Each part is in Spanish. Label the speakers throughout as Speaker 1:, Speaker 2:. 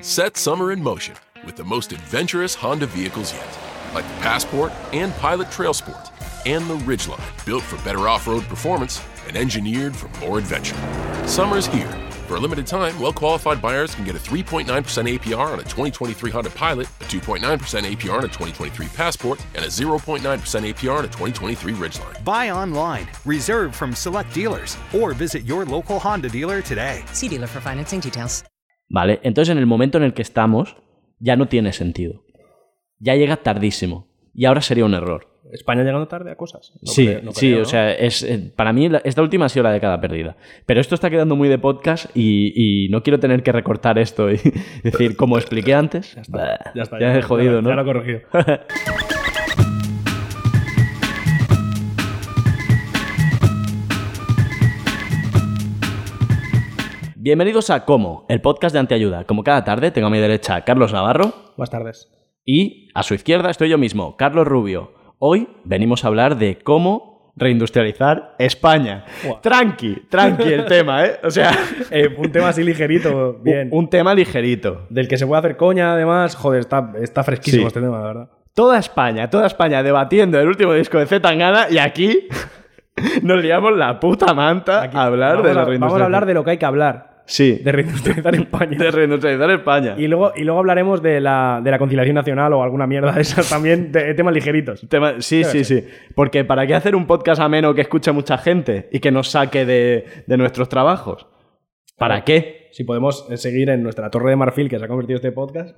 Speaker 1: Set summer in motion with the most adventurous Honda vehicles yet, like the Passport and Pilot Trail Sport, and the Ridgeline, built for better off road performance and engineered for more adventure. Summer's here. For a limited time, well qualified buyers can get a 3.9% APR on a 2023 Honda Pilot, a 2.9% APR on a 2023 Passport, and a 0.9% APR on a 2023 Ridgeline.
Speaker 2: Buy online, reserve from select dealers, or visit your local Honda dealer today.
Speaker 3: See dealer for financing details.
Speaker 4: ¿Vale? Entonces, en el momento en el que estamos, ya no tiene sentido. Ya llega tardísimo. Y ahora sería un error.
Speaker 5: España llegando tarde a cosas. No
Speaker 4: sí,
Speaker 5: creo- no
Speaker 4: sí,
Speaker 5: creo,
Speaker 4: o
Speaker 5: ¿no?
Speaker 4: sea, es, eh, para mí la- esta última ha sido la década perdida. Pero esto está quedando muy de podcast y, y no quiero tener que recortar esto y decir, como expliqué antes, bah, ya,
Speaker 5: Ya está.
Speaker 4: he jodido,
Speaker 5: ya,
Speaker 4: ¿no?
Speaker 5: Ya lo he corregido.
Speaker 4: Bienvenidos a Como, el podcast de Antiayuda. Como cada tarde, tengo a mi derecha a Carlos Navarro
Speaker 5: Buenas tardes.
Speaker 4: y a su izquierda estoy yo mismo, Carlos Rubio. Hoy venimos a hablar de cómo reindustrializar España.
Speaker 5: Buah.
Speaker 4: Tranqui, tranqui el tema, ¿eh? O sea,
Speaker 5: Eh, un tema así ligerito, bien.
Speaker 4: un tema ligerito.
Speaker 5: Del que se puede hacer coña, además. Joder, está, está fresquísimo
Speaker 4: Sí.
Speaker 5: este tema, la verdad.
Speaker 4: Toda España, toda España debatiendo el último disco de Z Tangana y aquí nos liamos la puta manta
Speaker 5: Aquí-
Speaker 4: a hablar
Speaker 5: vamos
Speaker 4: de la
Speaker 5: a- Vamos a hablar de lo que hay que hablar.
Speaker 4: Sí,
Speaker 5: De
Speaker 4: de,
Speaker 5: reindustrializar España.
Speaker 4: reindustrializar España.
Speaker 5: Y luego, y luego hablaremos de la, de la conciliación nacional o alguna mierda de esas también, de, de temas ligeritos.
Speaker 4: Tema- sí, sí, sí. Porque ¿para qué hacer un podcast ameno que escuche mucha gente y que nos saque de, de nuestros trabajos? ¿Para qué?
Speaker 5: Si podemos eh, seguir en nuestra torre de marfil que se ha convertido este podcast.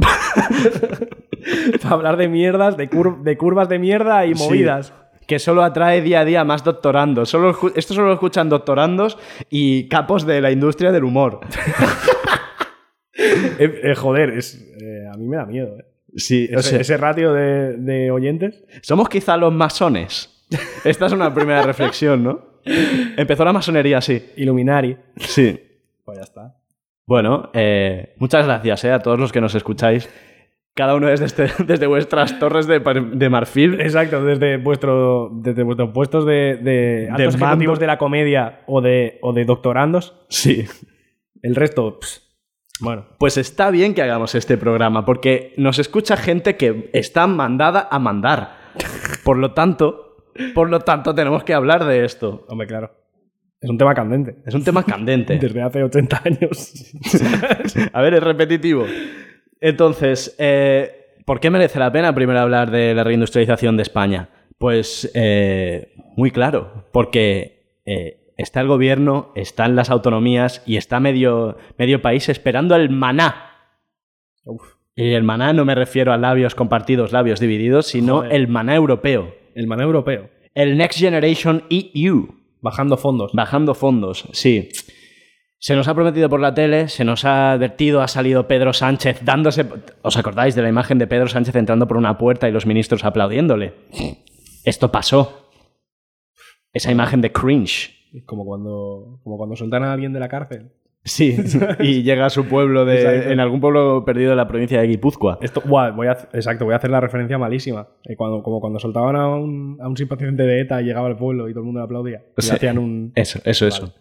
Speaker 5: para hablar de mierdas, de, cur- de curvas de mierda y
Speaker 4: Sí.
Speaker 5: movidas.
Speaker 4: Que solo atrae día a día más doctorandos. Solo, escu- esto solo lo escuchan doctorandos y capos de la industria del humor.
Speaker 5: Eh, eh, joder, es, eh, a mí me da miedo. eh.
Speaker 4: Sí, o
Speaker 5: Ese,
Speaker 4: sea-
Speaker 5: ese ratio de, de oyentes.
Speaker 4: ¿Somos quizá los masones? Esta es una primera reflexión, ¿no? Empezó la masonería, sí.
Speaker 5: Illuminari.
Speaker 4: Sí.
Speaker 5: Pues ya está.
Speaker 4: Bueno, eh, muchas gracias eh, a todos los que nos escucháis. Cada uno es desde, este, desde vuestras torres de, par- de marfil.
Speaker 5: Exacto, desde, vuestro, desde vuestros puestos de, de altos
Speaker 4: mando.
Speaker 5: ejecutivos de la comedia o de, o de doctorandos.
Speaker 4: Sí.
Speaker 5: El resto, pss, bueno.
Speaker 4: Pues está bien que hagamos este programa, porque nos escucha gente que está mandada a mandar. Por lo tanto, por lo tanto, tenemos que hablar de esto.
Speaker 5: Hombre, claro. Es un tema candente.
Speaker 4: Es un tema candente.
Speaker 5: Desde hace 80 años.
Speaker 4: A ver, es repetitivo. Entonces, eh, ¿por qué merece la pena primero hablar de la reindustrialización de España? Pues eh, muy claro, porque eh, está el gobierno, están las autonomías y está medio, medio país esperando el maná.
Speaker 5: Uf.
Speaker 4: Y el maná no me refiero a labios compartidos, labios divididos, sino
Speaker 5: Joder.
Speaker 4: el maná europeo.
Speaker 5: El maná europeo.
Speaker 4: El Next Generation EU.
Speaker 5: Bajando fondos.
Speaker 4: Bajando fondos, sí. Se nos ha prometido por la tele, se nos ha advertido, ha salido Pedro Sánchez dándose... ¿Os acordáis de la imagen de Pedro Sánchez entrando por una puerta y los ministros aplaudiéndole? Esto pasó. Esa imagen de cringe.
Speaker 5: Como cuando, como cuando soltan a alguien de la cárcel.
Speaker 4: Sí, y llega a su pueblo de...
Speaker 5: Exacto.
Speaker 4: En algún pueblo perdido de la provincia de Guipúzcoa.
Speaker 5: Esto, guau, voy a, exacto, voy a hacer la referencia malísima. Eh, cuando, como cuando soltaban a un, a un simpatizante de ETA y llegaba al pueblo y todo el mundo le aplaudía. Y
Speaker 4: Sí.
Speaker 5: hacían un.
Speaker 4: Eso, eso, eso.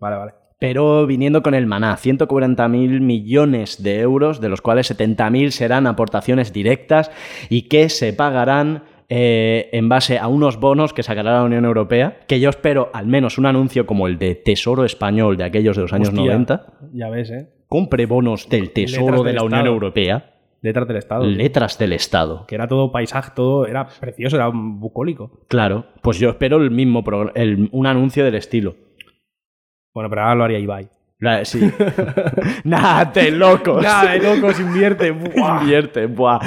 Speaker 5: Vale, vale.
Speaker 4: Pero viniendo con el maná, 140.000 millones de euros, de los cuales 70.000 serán aportaciones directas y que se pagarán eh, en base a unos bonos que sacará la Unión Europea, que yo espero al menos un anuncio como el de Tesoro Español de aquellos de los años
Speaker 5: Hostia,
Speaker 4: 90.
Speaker 5: Ya ves, ¿eh?
Speaker 4: Compre bonos del Tesoro
Speaker 5: Letras
Speaker 4: de
Speaker 5: del
Speaker 4: la Unión
Speaker 5: Estado.
Speaker 4: Europea,
Speaker 5: Letras del Estado.
Speaker 4: letras del Estado.
Speaker 5: que era todo paisaje, todo era precioso, era un bucólico.
Speaker 4: Claro, pues yo espero el mismo progr- el- un anuncio del estilo.
Speaker 5: Bueno, pero ahora lo haría Ibai.
Speaker 4: La- Sí. Nah, te locos.
Speaker 5: Nada, de locos, invierte. buah.
Speaker 4: Invierte, buah.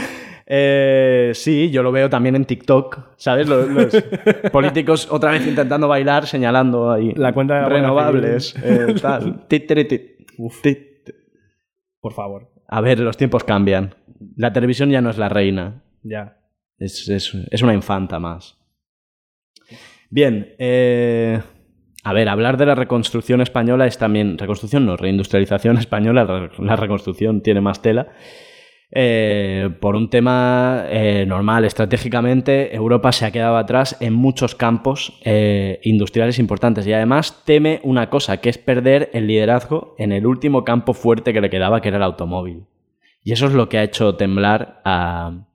Speaker 4: Eh, sí, yo lo veo también en TikTok, ¿sabes? Lo- Los, políticos otra vez intentando bailar, señalando ahí.
Speaker 5: La cuenta de la Guardia
Speaker 4: renovables, eh, tal. Tit, tiri, tit. Tit.
Speaker 5: Por favor,
Speaker 4: A ver, los tiempos cambian. La televisión ya no es la reina,
Speaker 5: ya.
Speaker 4: es, es- es una infanta más. Bien, eh, a ver, hablar de la reconstrucción española es también. Reconstrucción no, reindustrialización española, re- la reconstrucción tiene más tela. Eh, por un tema eh, normal, estratégicamente, Europa se ha quedado atrás en muchos campos eh, industriales importantes y además teme una cosa, que es perder el liderazgo en el último campo fuerte que le quedaba, que era el automóvil. Y eso es lo que ha hecho temblar a,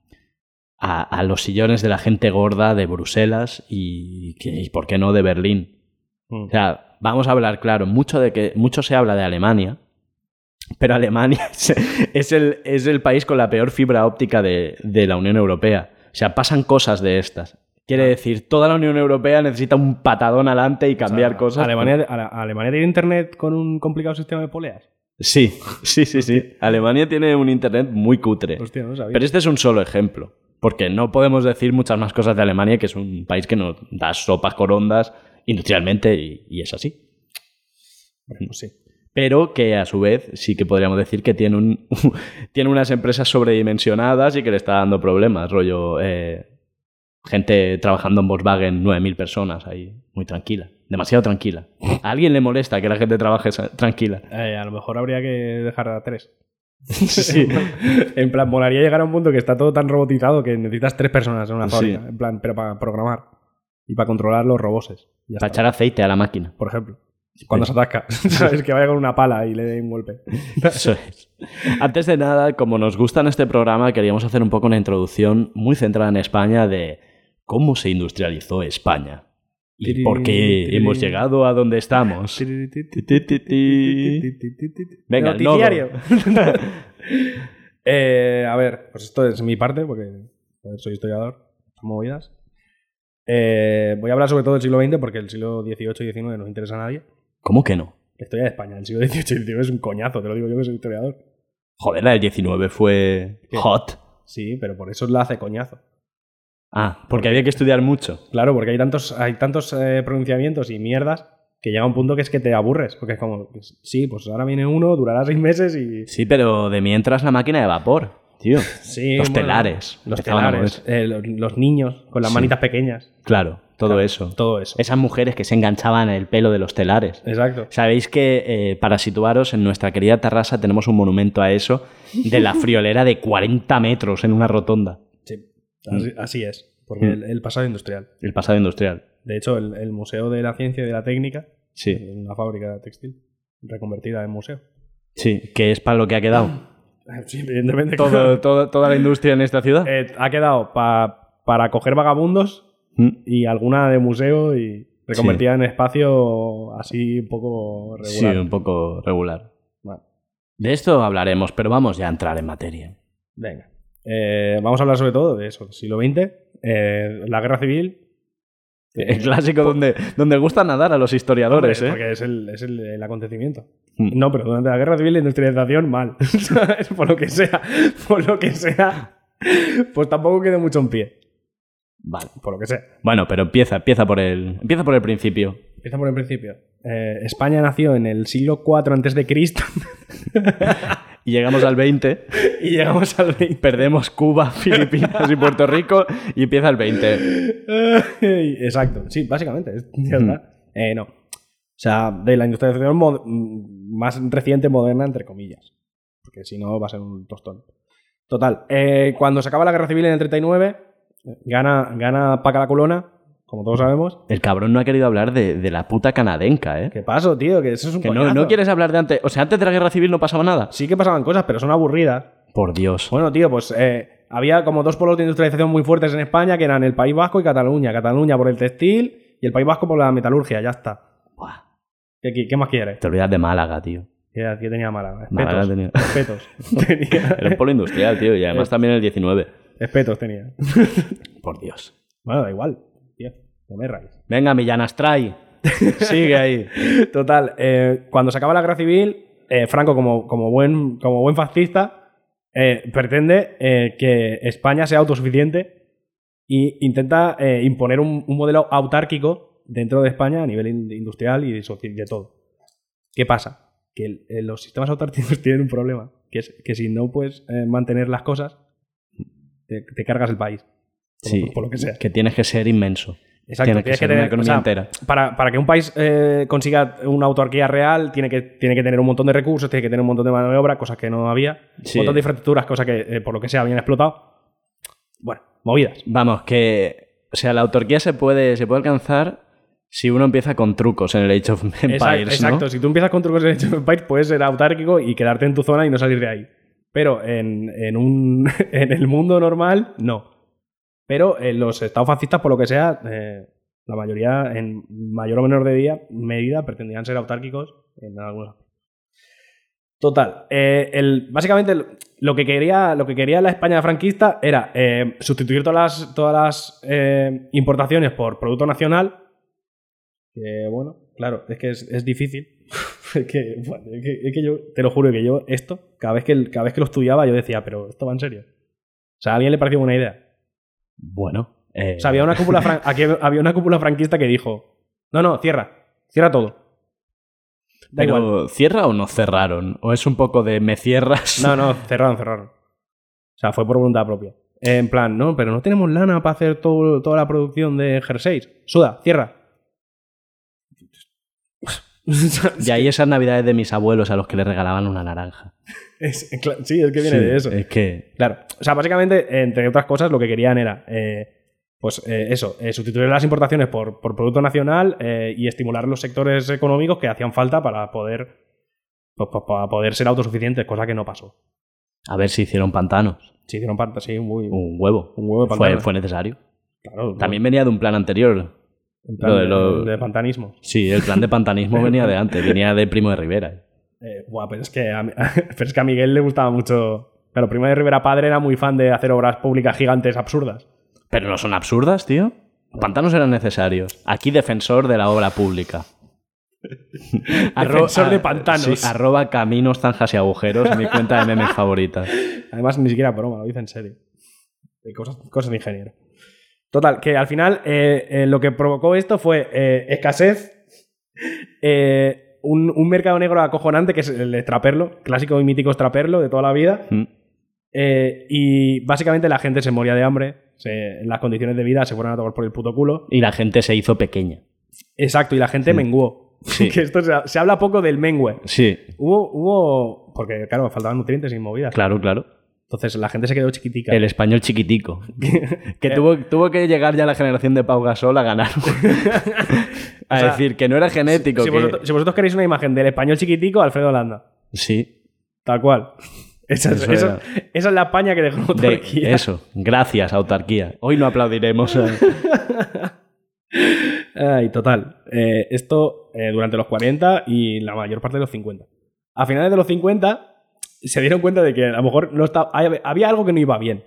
Speaker 4: a, a los sillones de la gente gorda de Bruselas y, que- y ¿por qué no, de Berlín?
Speaker 5: Mm.
Speaker 4: O sea, vamos a hablar claro, mucho, de que, mucho se habla de Alemania, pero Alemania es, es el, es el país con la peor fibra óptica de, de la Unión Europea. O sea, pasan cosas de estas. Quiere decir, toda la Unión Europea necesita un patadón adelante y cambiar
Speaker 5: Ah. O sea,
Speaker 4: cosas.
Speaker 5: Alemania, Ale- Alemania tiene internet con un complicado sistema de poleas.
Speaker 4: Sí, sí, sí, sí. Alemania tiene un internet muy cutre.
Speaker 5: Hostia, no lo sabía.
Speaker 4: Pero este es un solo ejemplo, porque no podemos decir muchas más cosas de Alemania, que es un país que nos da sopas corondas industrialmente y, y es así.
Speaker 5: Pues sí.
Speaker 4: Pero que a su vez sí que podríamos decir que tiene, un, tiene unas empresas sobredimensionadas y que le está dando problemas, rollo eh, gente trabajando en Volkswagen, 9.000 personas ahí, muy tranquila, demasiado tranquila. A alguien le molesta que la gente trabaje sa- tranquila.
Speaker 5: Eh, a lo mejor habría que dejar a tres.
Speaker 4: Sí.
Speaker 5: en plan, molaría llegar a un punto que está todo tan robotizado que necesitas tres personas en una
Speaker 4: Sí.
Speaker 5: fábrica. En plan, pero para programar y para controlar los roboses. Y ya
Speaker 4: Para
Speaker 5: está,
Speaker 4: echar aceite a la máquina.
Speaker 5: por ejemplo. Cuando se ataca, ¿sabes? Que vaya con una pala y le dé un golpe.
Speaker 4: Eso es. Antes de nada, como nos gusta en este programa, queríamos hacer un poco una introducción muy centrada en España de cómo se industrializó España y
Speaker 5: Tirín,
Speaker 4: por qué
Speaker 5: tirín.
Speaker 4: hemos llegado a donde estamos. Venga, el
Speaker 5: Noticiario. Eh, a ver, pues esto es mi parte, porque joder, soy historiador, son movidas. Eh, voy a hablar sobre todo del siglo XX, porque el siglo XVIII y XIX no interesa a nadie.
Speaker 4: ¿Cómo que no?
Speaker 5: La historia de España, el siglo XVIII y XIX es un coñazo, te lo digo yo que soy historiador.
Speaker 4: Joder, la del 19 fue
Speaker 5: ¿Qué?
Speaker 4: hot.
Speaker 5: Sí, pero por eso la hace coñazo.
Speaker 4: Ah, porque había que estudiar mucho.
Speaker 5: Claro, porque hay tantos, hay tantos eh, pronunciamientos y mierdas que llega un punto que es que te aburres. Porque es como, pues, sí, pues ahora viene uno, durará seis meses y.
Speaker 4: Sí, pero de mientras la máquina de vapor, tío.
Speaker 5: Sí,
Speaker 4: los
Speaker 5: bueno,
Speaker 4: telares.
Speaker 5: Los
Speaker 4: Empezaban a
Speaker 5: telares.
Speaker 4: mover.
Speaker 5: eh, los, los niños con las
Speaker 4: Sí. Eh.
Speaker 5: manitas pequeñas.
Speaker 4: Claro, todo eso.
Speaker 5: Todo eso.
Speaker 4: Esas mujeres que se enganchaban el pelo de los telares.
Speaker 5: Exacto.
Speaker 4: Sabéis que eh, para situaros en nuestra querida terraza tenemos un monumento a eso de la friolera de 40 metros en una rotonda,
Speaker 5: Sí, así, así es. Porque
Speaker 4: Mm.
Speaker 5: el, el pasado industrial.
Speaker 4: el pasado industrial.
Speaker 5: De hecho, el, el Museo de la Ciencia y de la Técnica,
Speaker 4: Sí,
Speaker 5: una fábrica textil reconvertida en museo.
Speaker 4: sí, que es para lo que ha quedado.
Speaker 5: Sí, evidentemente.
Speaker 4: Todo- todo- toda la industria en esta ciudad.
Speaker 5: Eh, ha quedado pa- para coger vagabundos
Speaker 4: Mm.
Speaker 5: y alguna de museo y reconvertida en espacio así un poco
Speaker 4: Sí,
Speaker 5: regular.
Speaker 4: un poco regular.
Speaker 5: Vale.
Speaker 4: De esto hablaremos, pero vamos ya a entrar en materia.
Speaker 5: Venga. Eh, vamos a hablar sobre todo de eso, del siglo XX, eh, la guerra civil,
Speaker 4: El clásico donde, donde gusta nadar a los historiadores,
Speaker 5: Hombre,
Speaker 4: ¿eh?
Speaker 5: Porque es el, es el- el acontecimiento.
Speaker 4: Mm.
Speaker 5: No, pero durante la guerra civil la industrialización, mal. ¿Sabes? por lo que sea. Por lo que sea. Pues tampoco quedó mucho en pie.
Speaker 4: Vale.
Speaker 5: Por lo que sea.
Speaker 4: Bueno, pero empieza, empieza por el, empieza por el principio.
Speaker 5: Empieza por el principio. Eh, España nació en el siglo IV antes de Cristo
Speaker 4: Y llegamos al 20.
Speaker 5: y llegamos al 20.
Speaker 4: Perdemos Cuba, Filipinas y Puerto Rico y empieza el 20.
Speaker 5: Ay, Exacto, sí, básicamente. es- ya está. Eh, no. O sea, de la industrialización mod- mm, más reciente, moderna, entre comillas. Porque si no, va a ser un tostón. Total. eh, cuando se acaba la guerra civil en el 39, gana, gana Paca la Colona, como todos sabemos.
Speaker 4: El cabrón no ha querido hablar de, de la puta canadenca, ¿eh?
Speaker 5: ¿Qué pasó, tío? Que eso es un
Speaker 4: Que no,
Speaker 5: coñazo.
Speaker 4: no quieres hablar de antes. O sea, antes de la guerra civil no pasaba nada.
Speaker 5: Sí que pasaban cosas, pero son aburridas.
Speaker 4: Por Dios.
Speaker 5: Bueno, tío, pues eh, había como dos polos de industrialización muy fuertes en España, que eran el País Vasco y Cataluña. Cataluña por el textil y el País Vasco por la metalurgia, ya está.
Speaker 4: Buah,
Speaker 5: ¿Qué, qué- qué más quieres?
Speaker 4: te olvidas de Málaga, tío.
Speaker 5: ¿Qué, edad- qué tenía Málaga?
Speaker 4: Málaga
Speaker 5: Espetos.
Speaker 4: tenía-
Speaker 5: Espetos. tenía.
Speaker 4: Era un polo industrial, tío. Y además también el 19.
Speaker 5: Espetos tenía.
Speaker 4: Por Dios.
Speaker 5: Bueno, da igual. Tío, no me rayes.
Speaker 4: Venga, Millanastray. Sigue ahí.
Speaker 5: Total, eh, cuando se acaba la guerra civil, eh, Franco, como, como, buen, como buen fascista, eh, pretende eh, que España sea autosuficiente e intenta eh, imponer un, un modelo autárquico dentro de España a nivel in- industrial y soci- de todo. ¿Qué pasa? Que el- eh, los sistemas autárquicos tienen un problema, que es que si no puedes eh, mantener las cosas, te, te cargas el país. Por,
Speaker 4: Sí.
Speaker 5: lo, por lo que sea.
Speaker 4: Que tienes que ser inmenso.
Speaker 5: Exacto,
Speaker 4: Tiene que
Speaker 5: tienes
Speaker 4: ser una economía entera.
Speaker 5: Para, para que un país eh, consiga una autarquía real, tiene que, tiene que tener un montón de recursos, tiene que tener un montón de mano de obra, cosas que no había,
Speaker 4: Sí.
Speaker 5: un montón de infraestructuras, cosas que eh, por lo que sea habían explotado. Bueno, movidas.
Speaker 4: Vamos, que. O sea, la autarquía se puede, se puede alcanzar si uno empieza con trucos en el Age of Empires.
Speaker 5: Exacto,
Speaker 4: ¿no?
Speaker 5: exacto. Si tú empiezas con trucos de Age of Empires, puedes ser autárquico y quedarte en tu zona y no salir de ahí. Pero en, en un, en el mundo normal, no. Pero en los estados fascistas, por lo que sea, eh, la mayoría, en mayor o menor de día, medida, pretendían ser autárquicos en algunos Total. eh, el, básicamente lo que, quería, lo que quería la España franquista era eh, sustituir todas las, todas las eh, importaciones por producto nacional. Que bueno, claro, es que es, es difícil. es, que, bueno, es que- es que yo, te lo juro que yo esto, cada vez que, el- cada vez que lo estudiaba yo decía, pero esto va en serio. O sea, a alguien le pareció buena idea.
Speaker 4: Bueno. eh,
Speaker 5: O sea, había una cúpula, fran- aquí había una cúpula franquista que dijo, no, no, cierra, cierra todo. Da
Speaker 4: pero
Speaker 5: igual.
Speaker 4: ¿cierra o no cerraron? ¿O es un poco de me cierras?
Speaker 5: No, no, cerraron, cerraron. O sea, fue por voluntad propia. Eh, En plan, no, pero no tenemos lana para hacer todo- toda la producción de jerseys. Suda, cierra.
Speaker 4: Y ahí esas navidades de mis abuelos a los que le regalaban una naranja.
Speaker 5: Es- cla- sí, es que viene
Speaker 4: Sí,
Speaker 5: de eso.
Speaker 4: Es que.
Speaker 5: Claro. O sea, básicamente, entre otras cosas, lo que querían era, eh, pues eh, eso, eh, sustituir las importaciones por, por producto nacional eh, y estimular los sectores económicos que hacían falta para poder, pues, pues, para poder ser autosuficientes, cosa que no pasó.
Speaker 4: A ver si hicieron pantanos.
Speaker 5: Se hicieron falta, sí, muy...
Speaker 4: Un huevo.
Speaker 5: Un huevo de
Speaker 4: Fue,
Speaker 5: pantanos.
Speaker 4: fue necesario.
Speaker 5: claro,
Speaker 4: También venía de un plan anterior.
Speaker 5: en plan
Speaker 4: lo de
Speaker 5: de,
Speaker 4: lo-
Speaker 5: de pantanismo.
Speaker 4: Sí, el plan de pantanismo venía de antes, venía de Primo de Rivera.
Speaker 5: Eh, buah, pero es, que a, pero es que a Miguel le gustaba mucho... Claro, Primo de Rivera Padre era muy fan de hacer obras públicas gigantes absurdas.
Speaker 4: Pero no son absurdas, tío. Pantanos eran necesarios. Aquí defensor de la obra pública.
Speaker 5: Defensor de
Speaker 4: a-
Speaker 5: pantanos.
Speaker 4: sí, arroba caminos, zanjas y agujeros, mi cuenta de memes favorita.
Speaker 5: Además, ni siquiera broma, lo dice en serio. De cosas, cosas de ingeniero. Total, que al final eh, eh, lo que provocó esto fue eh, escasez, eh, un, un mercado negro acojonante, que es el extraperlo, clásico y mítico extraperlo de toda la vida.
Speaker 4: Mm.
Speaker 5: eh, y básicamente la gente se moría de hambre, se- las condiciones de vida se fueron a tomar por el puto culo.
Speaker 4: Y la gente se hizo pequeña.
Speaker 5: Exacto, y la gente menguó.
Speaker 4: Sí.
Speaker 5: que esto se, se habla poco del mengüe.
Speaker 4: Sí,
Speaker 5: Hubo, hubo, porque claro, faltaban nutrientes y movidas.
Speaker 4: claro, claro.
Speaker 5: Entonces la gente se quedó chiquitica.
Speaker 4: El español chiquitico. Que tuvo, tuvo que llegar ya la generación de Pau Gasol a ganar. a
Speaker 5: O sea,
Speaker 4: decir que no era genético.
Speaker 5: Si
Speaker 4: que-
Speaker 5: vosotros, si vosotros queréis una imagen del español chiquitico, Alfredo Holanda.
Speaker 4: Sí,
Speaker 5: Tal cual. Esa, es-
Speaker 4: Eso
Speaker 5: esa-
Speaker 4: era.
Speaker 5: esa es la paña que dejó
Speaker 4: de-
Speaker 5: Turquía.
Speaker 4: eso. Gracias, autarquía. Hoy no aplaudiremos. eh.
Speaker 5: Ay, total. Eh, esto eh, durante los 40 y la mayor parte de los 50. A finales de los 50 se dieron cuenta de que a lo mejor no estaba, hay- había algo que no iba bien.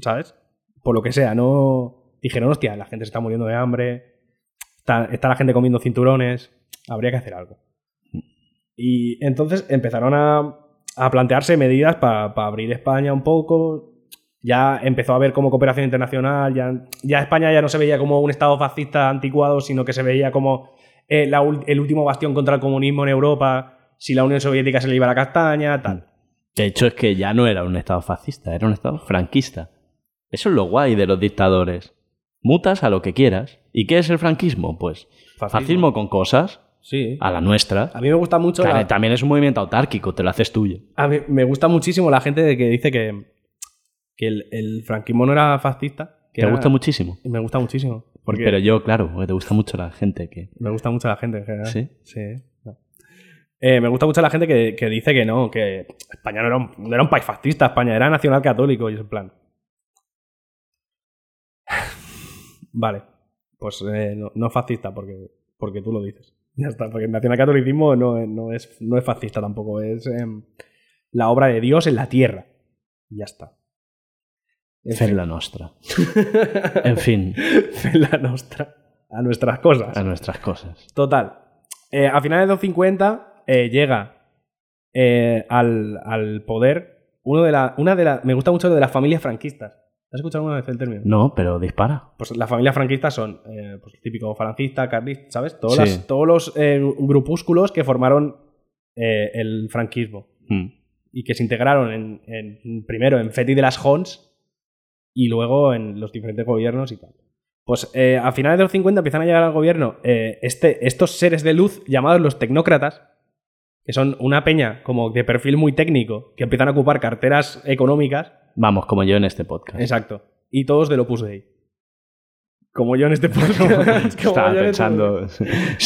Speaker 5: ¿Sabes? Por lo que sea, no. Dijeron, hostia, la gente se está muriendo de hambre. Está, está la gente comiendo cinturones. Habría que hacer algo. Y entonces empezaron a, a plantearse medidas para abrir España un poco. Ya empezó a ver como cooperación internacional. Ya, ya España ya no se veía como un estado fascista anticuado, sino que se veía como eh, la ul- el último bastión contra el comunismo en Europa. Si la Unión Soviética se le iba la castaña, tal.
Speaker 4: De hecho, es que ya no era un estado fascista, era un estado franquista. Eso es lo guay de los dictadores. Mutas a lo que quieras. ¿Y qué es el franquismo? Pues fascismo,
Speaker 5: Fascismo.
Speaker 4: con cosas,
Speaker 5: Sí.
Speaker 4: a la nuestra.
Speaker 5: A mí me gusta mucho.
Speaker 4: Claro,
Speaker 5: la-
Speaker 4: también es un movimiento autárquico, te lo haces tuyo.
Speaker 5: A mí me gusta muchísimo la gente de que dice que, que el, el franquismo no era fascista. Que
Speaker 4: Te
Speaker 5: era-
Speaker 4: gusta muchísimo.
Speaker 5: Me gusta muchísimo. Porque
Speaker 4: Pero yo, claro, porque te gusta mucho la gente que...
Speaker 5: me gusta mucho la gente en general.
Speaker 4: Sí.
Speaker 5: no. Eh, me gusta mucho la gente que, que dice que no, que España no era, un, no era un país fascista, España era nacional católico. Y es en plan. Vale. Pues eh, no, no es fascista porque, porque tú lo dices. Ya está, porque el nacionalcatolicismo no, es- no, es, no es fascista tampoco, es em, la obra de Dios en la tierra. Y ya está. En
Speaker 4: Es
Speaker 5: fin.
Speaker 4: la nuestra. En fin,
Speaker 5: Fe en la nostra. A nuestras cosas.
Speaker 4: a nuestras cosas.
Speaker 5: Total. eh, a finales de los 50 eh, llega eh, al, al poder uno de la, una de las... Me gusta mucho lo de las familias franquistas. ¿Has escuchado alguna vez el término?
Speaker 4: No, pero dispara.
Speaker 5: Pues las familias franquistas son eh, pues, el típico falangista, carlista, ¿sabes? Todas
Speaker 4: Sí.
Speaker 5: las- todos los eh, grupúsculos que formaron eh, el franquismo y que se integraron en, en- primero en Feti de las Hons y luego en los diferentes gobiernos y tal. Pues eh, a finales de los 50 empiezan a llegar al gobierno eh, este, estos seres de luz llamados los tecnócratas, que son una peña como de perfil muy técnico, que empiezan a ocupar carteras económicas.
Speaker 4: Vamos, como yo en este podcast.
Speaker 5: Exacto. Y todos del Opus Dei. Como yo en este podcast. como
Speaker 4: Estaba
Speaker 5: yo en este
Speaker 4: pensando.
Speaker 5: podcast.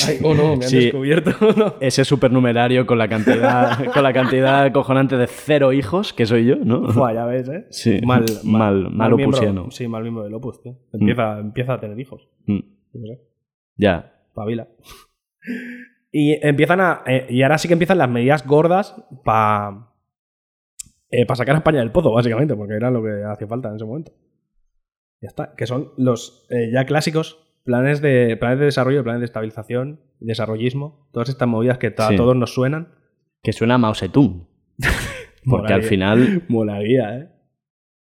Speaker 5: Ay, oh no, me han
Speaker 4: Sí.
Speaker 5: descubierto. no.
Speaker 4: Ese supernumerario con la cantidad, con la cantidad cojonante de cero hijos que soy yo, ¿no?
Speaker 5: Fua, ya ves, ¿eh?
Speaker 4: Sí,
Speaker 5: Mal,
Speaker 4: mal-
Speaker 5: mal,
Speaker 4: mal
Speaker 5: miembro.
Speaker 4: opusiano.
Speaker 5: Sí, mal miembro del Opus, tío. Empieza, empieza a tener hijos.
Speaker 4: Mm. Ya.
Speaker 5: Pavila. Y empiezan a. eh, y ahora sí que empiezan las medidas gordas para. para sacar a España del pozo, básicamente, porque era lo que hacía falta en ese momento. Ya está. Que son los eh, ya clásicos planes de, planes de desarrollo, planes de estabilización, desarrollismo, todas estas movidas que ta- a
Speaker 4: Sí.
Speaker 5: todos nos suenan.
Speaker 4: Que suena a Mao Zedong. Porque al
Speaker 5: Molaría.
Speaker 4: final
Speaker 5: Molaría, ¿eh?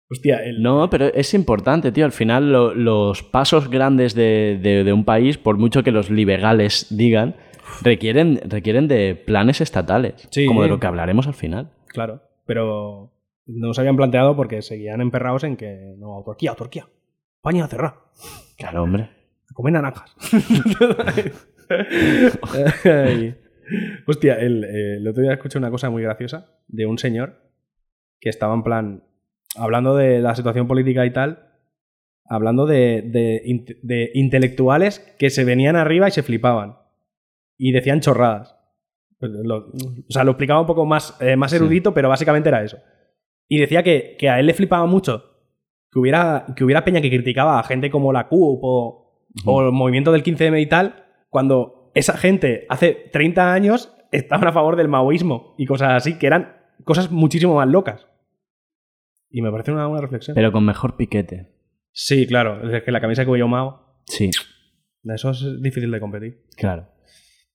Speaker 5: Hostia, el.
Speaker 4: No, pero es importante, tío. Al final, lo- los pasos grandes de, de- de un país, por mucho que los liberales digan, requieren, requieren de planes estatales.
Speaker 5: Sí.
Speaker 4: Como de lo que hablaremos al final.
Speaker 5: Claro, pero no se habían planteado porque seguían emperrados en que no, Turquía, Turquía, España cerrar,
Speaker 4: Claro, hombre.
Speaker 5: comer naranjas. Ay. Hostia, el, eh, el otro día escuché una cosa muy graciosa de un señor que estaba en plan, hablando de la situación política y tal, hablando de, de inte- de intelectuales que se venían arriba y se flipaban y decían chorradas. Pues Lo- o sea, lo explicaba un poco más, eh, más
Speaker 4: Sí.
Speaker 5: erudito, pero básicamente era eso. Y decía que, que a él le flipaba mucho que hubiera, que hubiera peña que criticaba a gente como la CUP o, o el movimiento del 15M y tal, cuando esa gente hace 30 años estaban a favor del maoísmo y cosas así, que eran cosas muchísimo más locas. Y me parece una buena reflexión.
Speaker 4: Pero con mejor piquete.
Speaker 5: sí, claro, es que la camisa que voy yo mao,
Speaker 4: Sí,
Speaker 5: eso es difícil de competir.
Speaker 4: claro.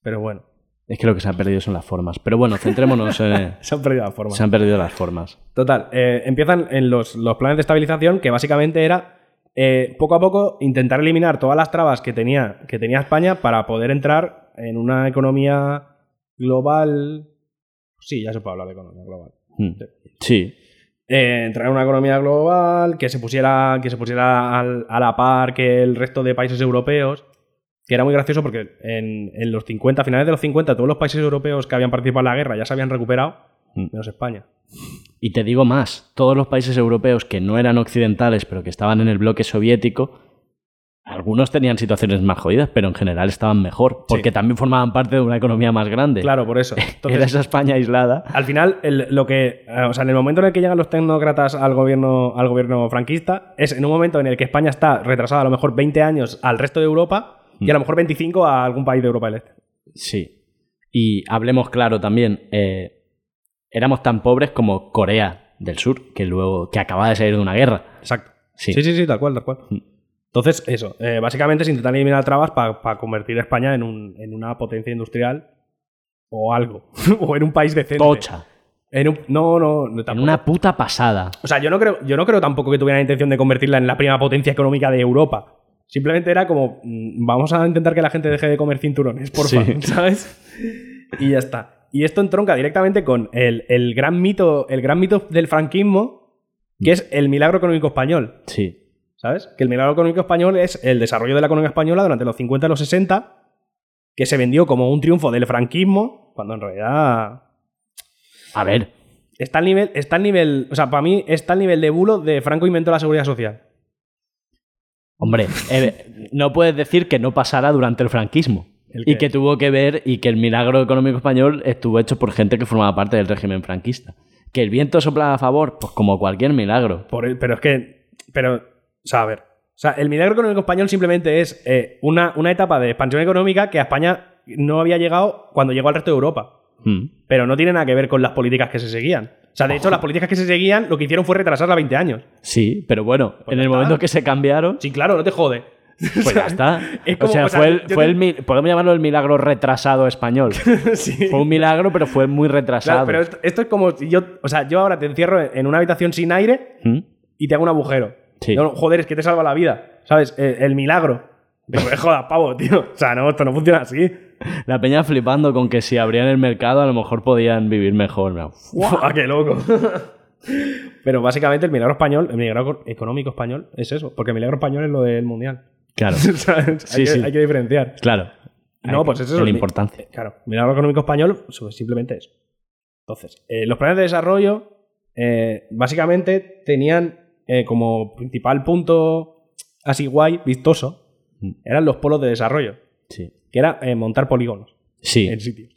Speaker 5: Pero bueno,
Speaker 4: Es que lo que se han perdido son las formas. Pero bueno, centrémonos en.
Speaker 5: se han perdido la forma.
Speaker 4: Se han perdido las formas.
Speaker 5: Total, eh, empiezan en los, los planes de estabilización, que básicamente era eh, poco a poco intentar eliminar todas las trabas que tenía, que tenía España para poder entrar en una economía global. Sí, ya se puede hablar de economía global.
Speaker 4: Mm. Sí,
Speaker 5: Eh, entrar en una economía global que se pusiera, que se pusiera al- a la par que el resto de países europeos. Que era muy gracioso porque en, en los 50, a finales de los 50, todos los países europeos que habían participado en la guerra ya se habían recuperado,
Speaker 4: Mm.
Speaker 5: menos España.
Speaker 4: Y te digo más, todos los países europeos que no eran occidentales, pero que estaban en el bloque soviético, algunos tenían situaciones más jodidas, pero en general estaban mejor, porque también formaban parte de una economía más grande.
Speaker 5: Claro, por eso. Entonces,
Speaker 4: Era esa España aislada.
Speaker 5: Al final, el- lo que. eh, O sea, en el momento en el que llegan los tecnócratas al gobierno, al gobierno franquista, es en un momento en el que España está retrasada a lo mejor 20 años al resto de Europa y
Speaker 4: Mm.
Speaker 5: a lo mejor 25 a algún país de Europa del Este.
Speaker 4: Sí. Y hablemos claro también, eh, éramos tan pobres como Corea del Sur, que luego, que acababa de salir de una guerra.
Speaker 5: Exacto.
Speaker 4: Sí. Mm.
Speaker 5: sí, sí, tal cual, tal cual. Entonces, eso. eh, básicamente es intentar eliminar trabas para convertir a España en, un- en una potencia industrial o algo. o en un país decente.
Speaker 4: Tocha.
Speaker 5: En un- no, no, no
Speaker 4: En
Speaker 5: tampoco.
Speaker 4: una puta pasada.
Speaker 5: O sea, yo no creo, yo no creo tampoco que tuvieran la intención de convertirla en la primera potencia económica de Europa. Simplemente era como, mm, vamos a intentar que la gente deje de comer cinturones, por favor,
Speaker 4: Sí.
Speaker 5: ¿sabes? Y ya está. Y esto entronca directamente con el, el gran mito, el gran mito del franquismo, que es el milagro económico español,
Speaker 4: Sí.
Speaker 5: ¿sabes? Que el milagro económico español es el desarrollo de la economía española durante los 50 y los 60, que se vendió como un triunfo del franquismo, cuando en realidad
Speaker 4: A ver,
Speaker 5: Está al nivel, está al nivel, o sea, para mí está al nivel de bulo de Franco inventó la seguridad social.
Speaker 4: Hombre, eh, no puedes decir que no pasara durante el franquismo.
Speaker 5: ¿El
Speaker 4: y
Speaker 5: qué?
Speaker 4: que tuvo que ver y que el milagro económico español estuvo hecho por gente que formaba parte del régimen franquista. Que el viento soplaba a favor, pues como cualquier milagro.
Speaker 5: Por el- pero es que, pero, o sea, a ver, o sea, el milagro económico español simplemente es eh, una, una etapa de expansión económica que a España no había llegado cuando llegó al resto de Europa.
Speaker 4: Mm.
Speaker 5: Pero no tiene nada que ver con las políticas que se seguían. O sea, de hecho, las políticas que se seguían lo que hicieron fue retrasarla 20 años.
Speaker 4: Sí, pero bueno, en
Speaker 5: Pues ya
Speaker 4: el
Speaker 5: está.
Speaker 4: momento que se cambiaron,
Speaker 5: Sí, claro, no te jode.
Speaker 4: pues ya está.
Speaker 5: Es
Speaker 4: o
Speaker 5: como-
Speaker 4: sea,
Speaker 5: o sea,
Speaker 4: fue, el,
Speaker 5: yo
Speaker 4: fue
Speaker 5: te-
Speaker 4: el mi- podemos llamarlo el milagro retrasado español.
Speaker 5: sí.
Speaker 4: fue un milagro, pero fue muy
Speaker 5: Claro,
Speaker 4: retrasado.
Speaker 5: pero esto, esto es como si yo, o sea, yo ahora te encierro en una habitación sin aire
Speaker 4: Mm.
Speaker 5: y te hago un agujero.
Speaker 4: Sí.
Speaker 5: No, no, joder, es que te salva la vida. ¿Sabes? El, el milagro. Pero me jodas, pavo, tío. O sea, no, esto no funciona así.
Speaker 4: La peña flipando con que si abrían el mercado a lo mejor podían vivir mejor. ¿no?
Speaker 5: ¡Guau, Ah, qué loco! Pero básicamente el milagro español, el milagro económico español es eso. Porque el milagro español es lo del mundial.
Speaker 4: Claro,
Speaker 5: ¿Sabes?
Speaker 4: Sí,
Speaker 5: hay, que,
Speaker 4: sí.
Speaker 5: hay que diferenciar.
Speaker 4: claro.
Speaker 5: No, pues eso es
Speaker 4: la
Speaker 5: mi-
Speaker 4: importancia.
Speaker 5: Claro, milagro económico español su- simplemente eso. Entonces, eh, los planes de desarrollo eh, básicamente tenían eh, como principal punto así guay, vistoso, Eran los polos de desarrollo,
Speaker 4: Sí.
Speaker 5: que era eh, montar polígonos
Speaker 4: Sí,
Speaker 5: en sitios.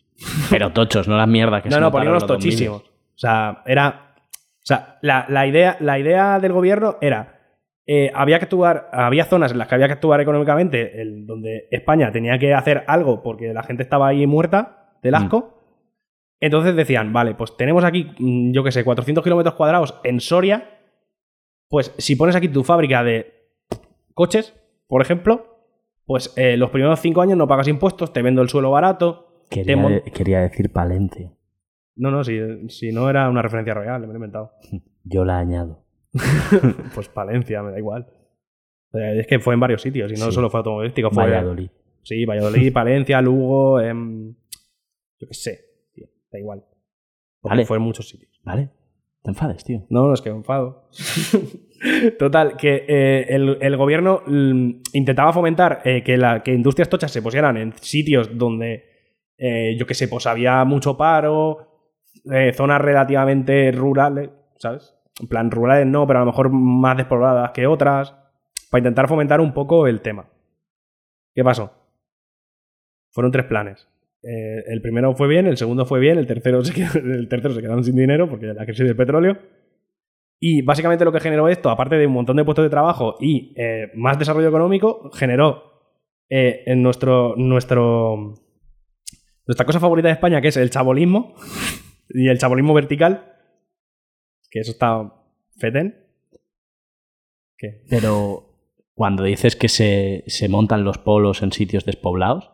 Speaker 4: pero tochos, no las mierdas que se
Speaker 5: No, no,
Speaker 4: montaron
Speaker 5: polígonos
Speaker 4: los 2000.
Speaker 5: tochísimos. O sea, era. O sea, la, la idea, la idea del gobierno era. eh, había que actuar, había zonas en las que había que actuar económicamente, el- donde España tenía que hacer algo porque la gente estaba ahí muerta
Speaker 4: Mm.
Speaker 5: del asco. Entonces decían, vale, pues tenemos aquí, mm, yo qué sé, 400 kilómetros cuadrados en Soria. Pues si pones aquí tu fábrica de coches, por ejemplo, pues eh, los primeros cinco años no pagas impuestos, te vendo el suelo barato. te
Speaker 4: Quería,
Speaker 5: mon-
Speaker 4: quería decir Palencia.
Speaker 5: no, no, si, si no era una referencia real, me lo he inventado.
Speaker 4: Yo la añado.
Speaker 5: Pues Palencia, me da igual. O sea, Es que fue en varios sitios, y no
Speaker 4: Sí.
Speaker 5: solo fue automovilístico. Fue,
Speaker 4: Valladolid.
Speaker 5: Sí, Valladolid, Palencia, Lugo, em, yo qué sé. tío, da igual. Porque
Speaker 4: Vale.
Speaker 5: fue en muchos sitios.
Speaker 4: ¿Vale? Te enfades, tío.
Speaker 5: No, no es que me enfado. Total, que eh, el, el gobierno mm, intentaba fomentar eh, que, la, que industrias tochas se pusieran en sitios donde, eh, yo qué sé, pues había mucho paro, eh, zonas relativamente rurales, ¿sabes? En plan, rurales no, pero a lo mejor más despobladas que otras, para intentar fomentar un poco el tema. ¿Qué pasó? Fueron tres planes. Eh, el primero fue bien, el segundo fue bien, el tercero, se quedó- el tercero se quedaron sin dinero porque la crisis del petróleo. Y básicamente lo que generó esto, aparte de un montón de puestos de trabajo y eh, más desarrollo económico, generó eh, en nuestro, nuestro. Nuestra cosa favorita de España, que es el chabolismo y el chabolismo vertical, que eso está feten. ¿Qué?
Speaker 4: Pero cuando dices que se, se montan los polos en sitios despoblados,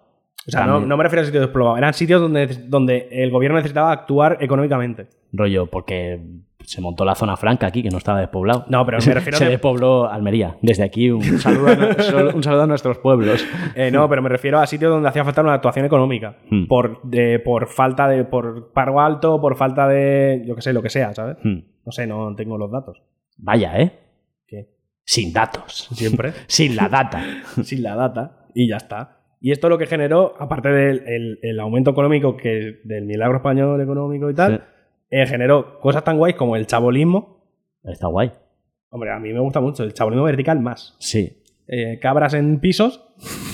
Speaker 5: O sea, no,
Speaker 4: También.
Speaker 5: no me refiero a sitios despoblados, eran sitios donde, donde el gobierno necesitaba actuar económicamente.
Speaker 4: rollo, porque se montó la zona franca aquí, que no estaba despoblado.
Speaker 5: No, pero me refiero a
Speaker 4: se
Speaker 5: que-
Speaker 4: despobló Almería. Desde aquí, un saludo a, un saludo a nuestros pueblos.
Speaker 5: Eh, no, pero me refiero a sitios donde hacía falta una actuación económica.
Speaker 4: Hmm.
Speaker 5: Por, de- por falta de. por paro alto, por falta de. yo que sé, lo que sea, ¿sabes?
Speaker 4: Hmm.
Speaker 5: No sé, no tengo los datos.
Speaker 4: Vaya, ¿eh?
Speaker 5: ¿Qué?
Speaker 4: Sin datos.
Speaker 5: Siempre.
Speaker 4: Sin la data.
Speaker 5: sin la data. Y ya está. Y esto lo que generó, aparte del el- el aumento económico que del milagro español económico y tal, eh, generó cosas tan guays como el chabolismo.
Speaker 4: Está guay.
Speaker 5: Hombre, a mí me gusta mucho, el chabolismo vertical más.
Speaker 4: Sí.
Speaker 5: eh, cabras en pisos,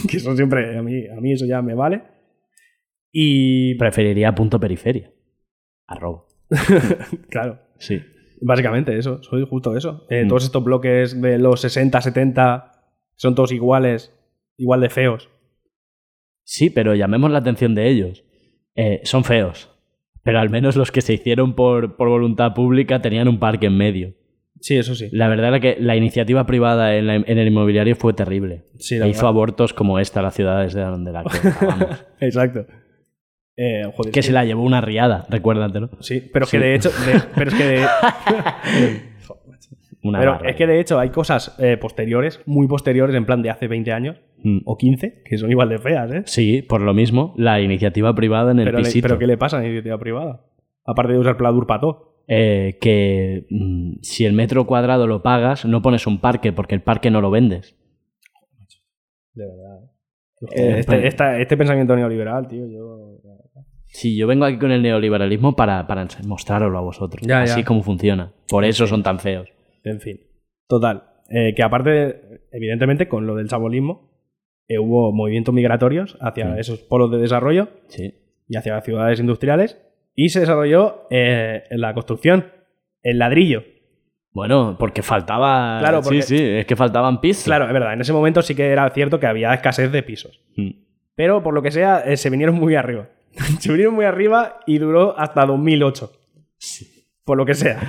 Speaker 5: que son siempre, a mí, a mí eso ya me vale. Y,
Speaker 4: Preferiría punto periferia. Arrobo.
Speaker 5: claro,
Speaker 4: Sí.
Speaker 5: básicamente eso, soy justo eso. Eh,
Speaker 4: Mm.
Speaker 5: Todos estos bloques de los 60, 70, son todos iguales, igual de feos.
Speaker 4: Sí, pero llamemos la atención de ellos. Eh, son feos. Pero al menos los que se hicieron por, por voluntad pública tenían un parque en medio.
Speaker 5: Sí, eso sí.
Speaker 4: La verdad es que la iniciativa privada en, la- en el inmobiliario fue terrible.
Speaker 5: Sí, la
Speaker 4: E hizo
Speaker 5: verdad.
Speaker 4: abortos como esta a las ciudades de donde la cortábamos.
Speaker 5: Exacto. Eh, joder,
Speaker 4: que
Speaker 5: sí.
Speaker 4: se la llevó una riada, recuérdatelo.
Speaker 5: Sí, pero es
Speaker 4: Sí.
Speaker 5: que de hecho. de- pero es que de. Joder, macho.
Speaker 4: Una
Speaker 5: pero
Speaker 4: barbaridad.
Speaker 5: es que de hecho hay cosas eh, posteriores, muy posteriores, en plan de hace 20 años
Speaker 4: Mm.
Speaker 5: o 15, que son igual de feas, ¿eh?
Speaker 4: Sí, por lo mismo, la iniciativa privada en el
Speaker 5: pero, le-
Speaker 4: pisito.
Speaker 5: pero ¿qué le pasa a la iniciativa privada? Aparte de usar Pladur Pató.
Speaker 4: Eh, que mm, si el metro cuadrado lo pagas, no pones un parque porque el parque no lo vendes.
Speaker 5: De verdad.
Speaker 4: Eh,
Speaker 5: este,
Speaker 4: pero-
Speaker 5: esta- este pensamiento neoliberal, tío, yo.
Speaker 4: Sí, yo vengo aquí con el neoliberalismo para, para ens- mostraroslo a vosotros.
Speaker 5: Ya,
Speaker 4: así
Speaker 5: ya.
Speaker 4: es como funciona. Por eso son tan feos.
Speaker 5: En fin. Total. eh, que aparte, de- evidentemente, con lo del chabolismo, eh, hubo movimientos migratorios hacia
Speaker 4: Mm.
Speaker 5: esos polos de desarrollo
Speaker 4: Sí.
Speaker 5: y hacia las ciudades industriales. Y se desarrolló eh, la construcción, el ladrillo.
Speaker 4: Bueno, porque faltaba.
Speaker 5: Claro, porque-
Speaker 4: Sí, sí, es que faltaban pisos.
Speaker 5: Claro, es verdad, en ese momento sí que era cierto que había escasez de pisos.
Speaker 4: Mm.
Speaker 5: Pero por lo que sea, eh, se vinieron muy arriba. se vinieron muy arriba y duró hasta 2008. Por lo que sea.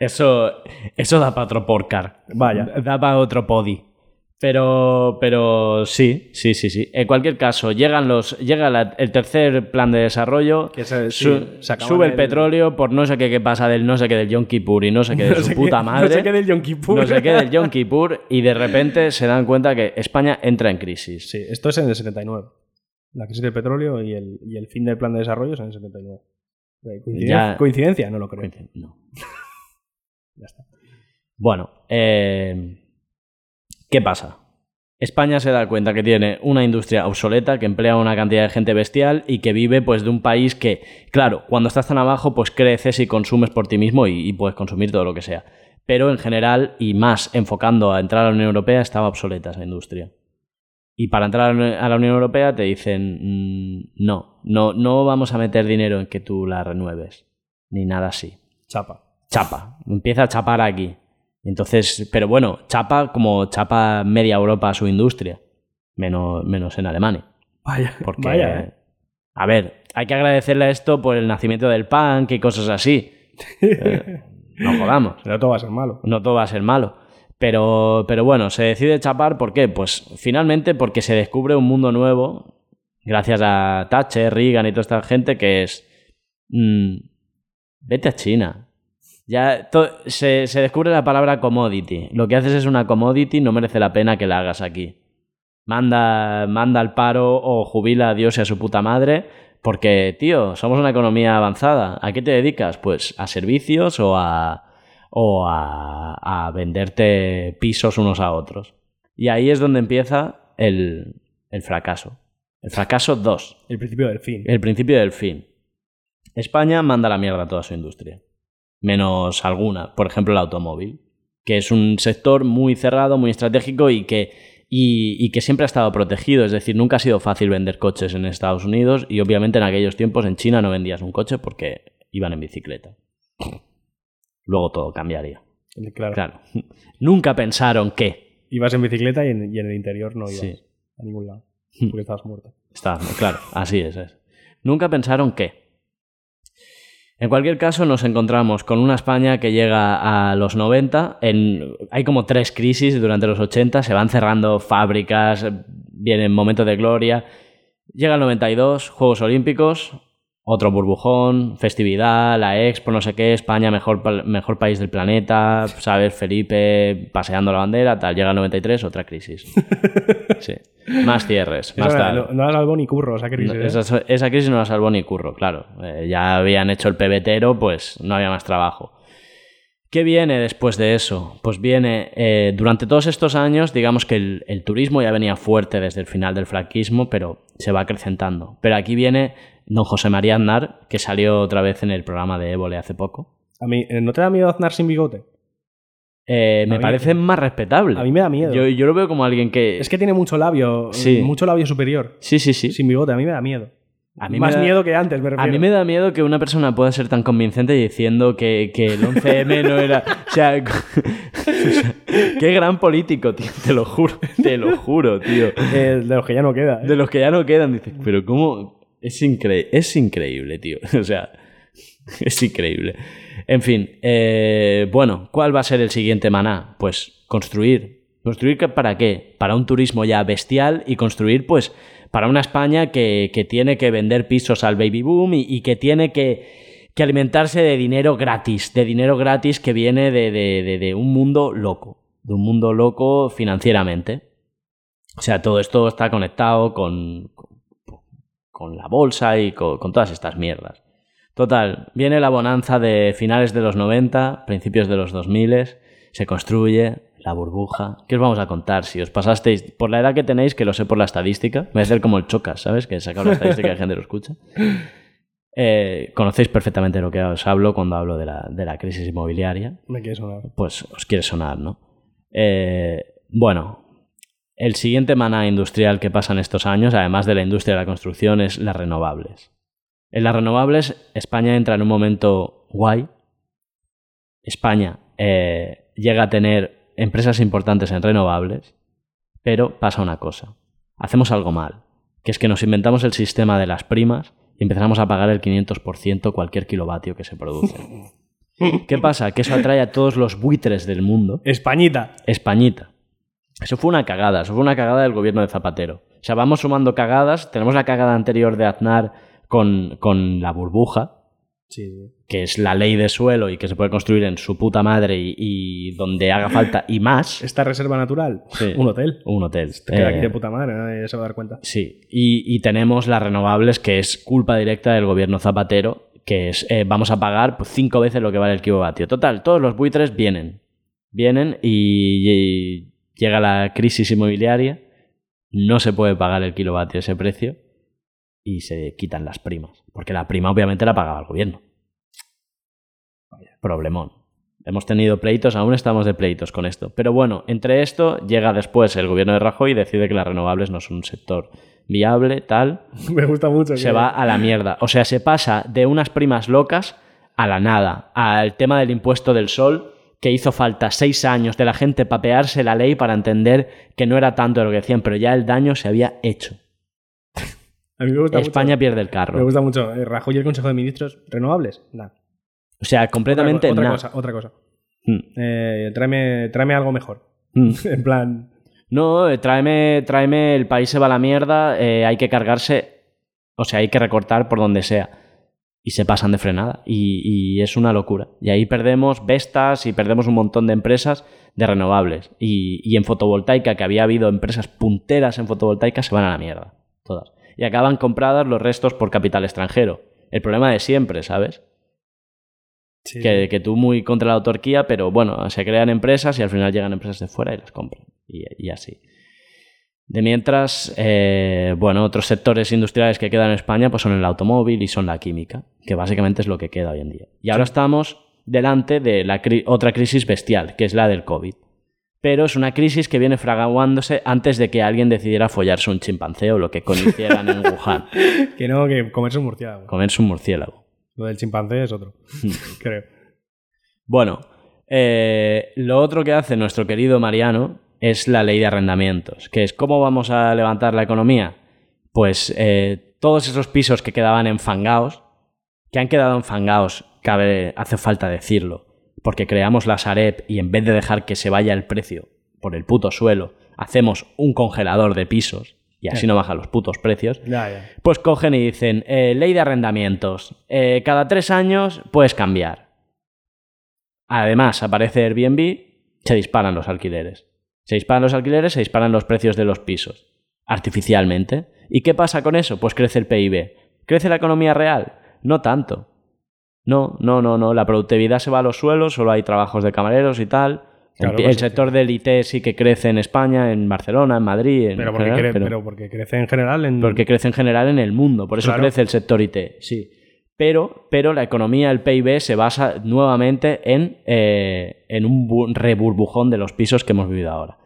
Speaker 4: Eso, eso da para otro porcar.
Speaker 5: Vaya.
Speaker 4: Da para otro podi. Pero, pero sí, sí, sí, sí. En cualquier caso, llegan los, llega la- el tercer plan de desarrollo.
Speaker 5: Que se-
Speaker 4: su-
Speaker 5: sí, se acaban
Speaker 4: sube el,
Speaker 5: el-
Speaker 4: petróleo por no sé qué, qué pasa del no sé qué del Yom Kippur y no sé qué de
Speaker 5: No
Speaker 4: su
Speaker 5: sé qué-
Speaker 4: puta madre.
Speaker 5: No sé qué del Yom Kippur.
Speaker 4: no sé qué del Yom Kippur y de repente se dan cuenta que España entra en crisis.
Speaker 5: Sí, esto es en el 79. La crisis del petróleo y el, y el fin del plan de desarrollo es en el 79. Eh, ¿coinciden-
Speaker 4: Ya-
Speaker 5: ¿Coincidencia? No lo creo.
Speaker 4: No. Bueno, eh, ¿qué pasa? España se da cuenta que tiene una industria obsoleta que emplea una cantidad de gente bestial y que vive pues de un país que, claro, cuando estás tan abajo pues creces y consumes por ti mismo y, y puedes consumir todo lo que sea. Pero en general y más enfocando a entrar a la Unión Europea estaba obsoleta esa industria. Y para entrar a la Uni- a la Unión Europea te dicen, mm, no, no, no vamos a meter dinero en que tú la renueves, ni nada así.
Speaker 5: Chapa.
Speaker 4: Chapa, empieza a chapar aquí. Entonces, pero bueno, chapa como chapa media Europa a su industria, menos, menos en Alemania.
Speaker 5: Vaya.
Speaker 4: Porque,
Speaker 5: Vaya, ¿eh?
Speaker 4: a ver, hay que agradecerle a esto por el nacimiento del punk y cosas así. Eh, no jodamos
Speaker 5: Pero todo va a ser malo.
Speaker 4: no todo va a ser malo. Pero, pero bueno, se decide chapar, ¿por qué? Pues finalmente porque se descubre un mundo nuevo, gracias a Thatcher, Reagan y toda esta gente, que es... mm, vete a China. Ya to- se, se descubre la palabra commodity. Lo que haces es una commodity, no merece la pena que la hagas aquí. Manda, manda al paro o jubila a Dios y a su puta madre, porque, tío, somos una economía avanzada. ¿A qué te dedicas? Pues a servicios o a, o a, a venderte pisos unos a otros. Y ahí es donde empieza el, el fracaso. El fracaso 2
Speaker 5: El principio del fin.
Speaker 4: el principio del fin. España manda a la mierda a toda su industria, menos alguna, por ejemplo el automóvil, que es un sector muy cerrado, muy estratégico y que, y- y que siempre ha estado protegido. Es decir, nunca ha sido fácil vender coches en Estados Unidos y obviamente en aquellos tiempos en China no vendías un coche porque iban en bicicleta. Luego todo cambiaría.
Speaker 5: Claro.
Speaker 4: Claro. Nunca pensaron que.
Speaker 5: Ibas en bicicleta y en, y en el interior no ibas
Speaker 4: Sí.
Speaker 5: a ningún lado.
Speaker 4: Hmm.
Speaker 5: Porque estabas muerto.
Speaker 4: Está, claro, así es, es. Nunca pensaron que. En cualquier caso, nos encontramos con una España que llega a los 90. en- hay como tres crisis durante los 80. Se van cerrando fábricas, vienen momentos de gloria. Llega el 92, Juegos Olímpicos, otro burbujón, festividad, la expo, no sé qué, España, mejor, pal- mejor país del planeta, ¿sabes? Felipe paseando la bandera, tal. Llega el 93, otra crisis. Sí. Más cierres, más
Speaker 5: Esa
Speaker 4: tal.
Speaker 5: no, no la salvó ni curro, o sea ¿eh? que
Speaker 4: No, esa, esa crisis no la salvó ni Curro, claro. Eh, ya habían hecho el pebetero, pues no había más trabajo. ¿Qué viene después de eso? Pues viene, eh, durante todos estos años, digamos que el, el turismo ya venía fuerte desde el final del franquismo, pero se va acrecentando. Pero aquí viene don José María Aznar, que salió otra vez en el programa de Évole hace poco.
Speaker 5: A mí, eh, ¿no te da miedo Aznar sin bigote?
Speaker 4: Eh, me
Speaker 5: mí-
Speaker 4: parece más respetable.
Speaker 5: a mí me da miedo.
Speaker 4: Yo, yo lo veo como alguien que...
Speaker 5: Es que tiene mucho labio,
Speaker 4: Sí.
Speaker 5: mucho labio superior.
Speaker 4: Sí, sí, sí.
Speaker 5: Sin bigote, a mí me da miedo.
Speaker 4: A mí me
Speaker 5: Más
Speaker 4: da-
Speaker 5: miedo que antes, me
Speaker 4: A
Speaker 5: refiero.
Speaker 4: mí me da miedo que una persona pueda ser tan convincente diciendo que, que el 11M no era. O sea, qué gran político, tío. Te lo juro, te lo juro, tío.
Speaker 5: Eh, de los que ya no queda. ¿eh?
Speaker 4: De los que ya no quedan, dices, pero cómo. Es, incre- es increíble, tío. O sea, es increíble. En fin, eh, bueno, ¿cuál va a ser el siguiente maná? Pues construir. ¿Construir qué- para qué? Para un turismo ya bestial y construir, pues, para una España que, que tiene que vender pisos al baby boom y, y que tiene que, que alimentarse de dinero gratis, de dinero gratis que viene de- de- de- de un mundo loco, de un mundo loco financieramente. O sea, todo esto está conectado con, con, con la bolsa y con, con todas estas mierdas. Total, viene la bonanza de finales de los 90, principios de los 2000, se construye la burbuja. ¿Qué os vamos a contar? Si os pasasteis, por la edad que tenéis, que lo sé por la estadística, voy a hacer como el chocas, ¿sabes? Que he sacado la estadística y la gente lo escucha. Eh, conocéis perfectamente lo que os hablo cuando hablo de la, de la crisis inmobiliaria
Speaker 5: Me quedé sonar.
Speaker 4: pues os quiere sonar, ¿no? Eh, bueno, el siguiente maná industrial que pasa en estos años, además de la industria de la construcción, es las renovables. En las renovables, España entra en un momento guay. España eh, llega a tener empresas importantes en renovables, pero pasa una cosa. Hacemos algo mal, que es que nos inventamos el sistema de las primas y empezamos a pagar el 500% cualquier kilovatio que se produce. ¿Qué pasa? Que eso atrae a todos los buitres del mundo.
Speaker 5: Españita.
Speaker 4: Españita. Eso fue una cagada, eso fue una cagada del gobierno de Zapatero. O sea, vamos sumando cagadas. Tenemos la cagada anterior de Aznar con, con la burbuja,
Speaker 5: Sí.
Speaker 4: que es la ley de suelo y que se puede construir en su puta madre y, y donde haga falta y más.
Speaker 5: Esta reserva natural.
Speaker 4: Sí.
Speaker 5: Un hotel.
Speaker 4: Un hotel.
Speaker 5: Te queda
Speaker 4: Eh,
Speaker 5: aquí de puta madre, nadie se va a dar cuenta.
Speaker 4: Sí, y, y tenemos las renovables, que es culpa directa del gobierno Zapatero, que es eh, vamos a pagar pues, cinco veces lo que vale el kilovatio. Total, todos los buitres vienen. Vienen y, y llega la crisis inmobiliaria, no se puede pagar el kilovatio ese precio y se quitan las primas, porque la prima obviamente la pagaba el gobierno. Problemón. Hemos tenido pleitos, aún estamos de pleitos con esto. Pero bueno, entre esto llega después el gobierno de Rajoy y decide que las renovables no son un sector viable, tal.
Speaker 5: Me gusta mucho.
Speaker 4: Se
Speaker 5: que-
Speaker 4: va a la mierda. O sea, se pasa de unas primas locas a la nada. Al tema del impuesto del sol, que hizo falta seis años de la gente papearse la ley para entender que no era tanto lo que decían, pero ya el daño se había hecho.
Speaker 5: A mí me gusta
Speaker 4: España
Speaker 5: mucho.
Speaker 4: pierde el
Speaker 5: Me
Speaker 4: carro.
Speaker 5: gusta mucho. eh, Rajoy y el Consejo de Ministros, ¿renovables? Nah.
Speaker 4: O sea, completamente
Speaker 5: otra,
Speaker 4: nada.
Speaker 5: cosa, otra cosa.
Speaker 4: Mm.
Speaker 5: Eh, tráeme, tráeme algo mejor.
Speaker 4: Mm.
Speaker 5: en plan,
Speaker 4: No, eh, tráeme, tráeme el país se va a la mierda, eh, hay que cargarse, o sea, hay que recortar por donde sea. Y se pasan de frenada. Y, y es una locura. Y ahí perdemos Vestas y perdemos un montón de empresas de renovables. Y, y en fotovoltaica, que había habido empresas punteras en fotovoltaica, se van a la mierda. Todas. Y acaban compradas los restos por capital extranjero. El problema de siempre, ¿sabes?
Speaker 5: sí,
Speaker 4: que, que tú muy contra la autarquía, pero bueno, se crean empresas y al final llegan empresas de fuera y las compran. Y, y así. De mientras, eh, bueno, otros sectores industriales que quedan en España pues son el automóvil y son la química, que básicamente es lo que queda hoy en día. Y ahora estamos delante de la cri- otra crisis bestial, que es la del COVID. Pero es una crisis que viene fraguándose antes de que alguien decidiera follarse un chimpancé o lo que coño hicieran en Wuhan,
Speaker 5: que no, que comerse un murciélago.
Speaker 4: comerse un murciélago.
Speaker 5: Lo del chimpancé es otro.
Speaker 4: Hmm.
Speaker 5: creo.
Speaker 4: Bueno, eh, lo otro que hace nuestro querido Mariano es la ley de arrendamientos, que es cómo vamos a levantar la economía. Pues eh, todos esos pisos que quedaban enfangados, que han quedado enfangados, cabe, hace falta decirlo, porque creamos la Sareb E y en vez de dejar que se vaya el precio por el puto suelo, hacemos un congelador de pisos y así
Speaker 5: Sí.
Speaker 4: no bajan los putos precios.
Speaker 5: Ya, ya.
Speaker 4: Pues cogen y dicen, eh, ley de arrendamientos, eh, cada tres años puedes cambiar. Además, aparece Airbnb, se disparan los alquileres. Se disparan los alquileres, se disparan los precios de los pisos, artificialmente. ¿Y qué pasa con eso? Pues crece el PIB. ¿Crece la economía real? No tanto. No, no, no, no. La productividad se va a los suelos, solo hay trabajos de camareros y tal. el,
Speaker 5: Claro, pues
Speaker 4: el
Speaker 5: sí.
Speaker 4: sector del IT sí que crece en España, en Barcelona, en Madrid. en
Speaker 5: Pero porque,
Speaker 4: general,
Speaker 5: cre-
Speaker 4: pero-
Speaker 5: pero porque crece en general en.
Speaker 4: porque crece en general en el mundo, por eso
Speaker 5: Claro.
Speaker 4: crece el sector IT, sí. Pero, pero la economía, el PIB, se basa nuevamente en, eh, en un bu- reburbujón de los pisos que hemos vivido ahora.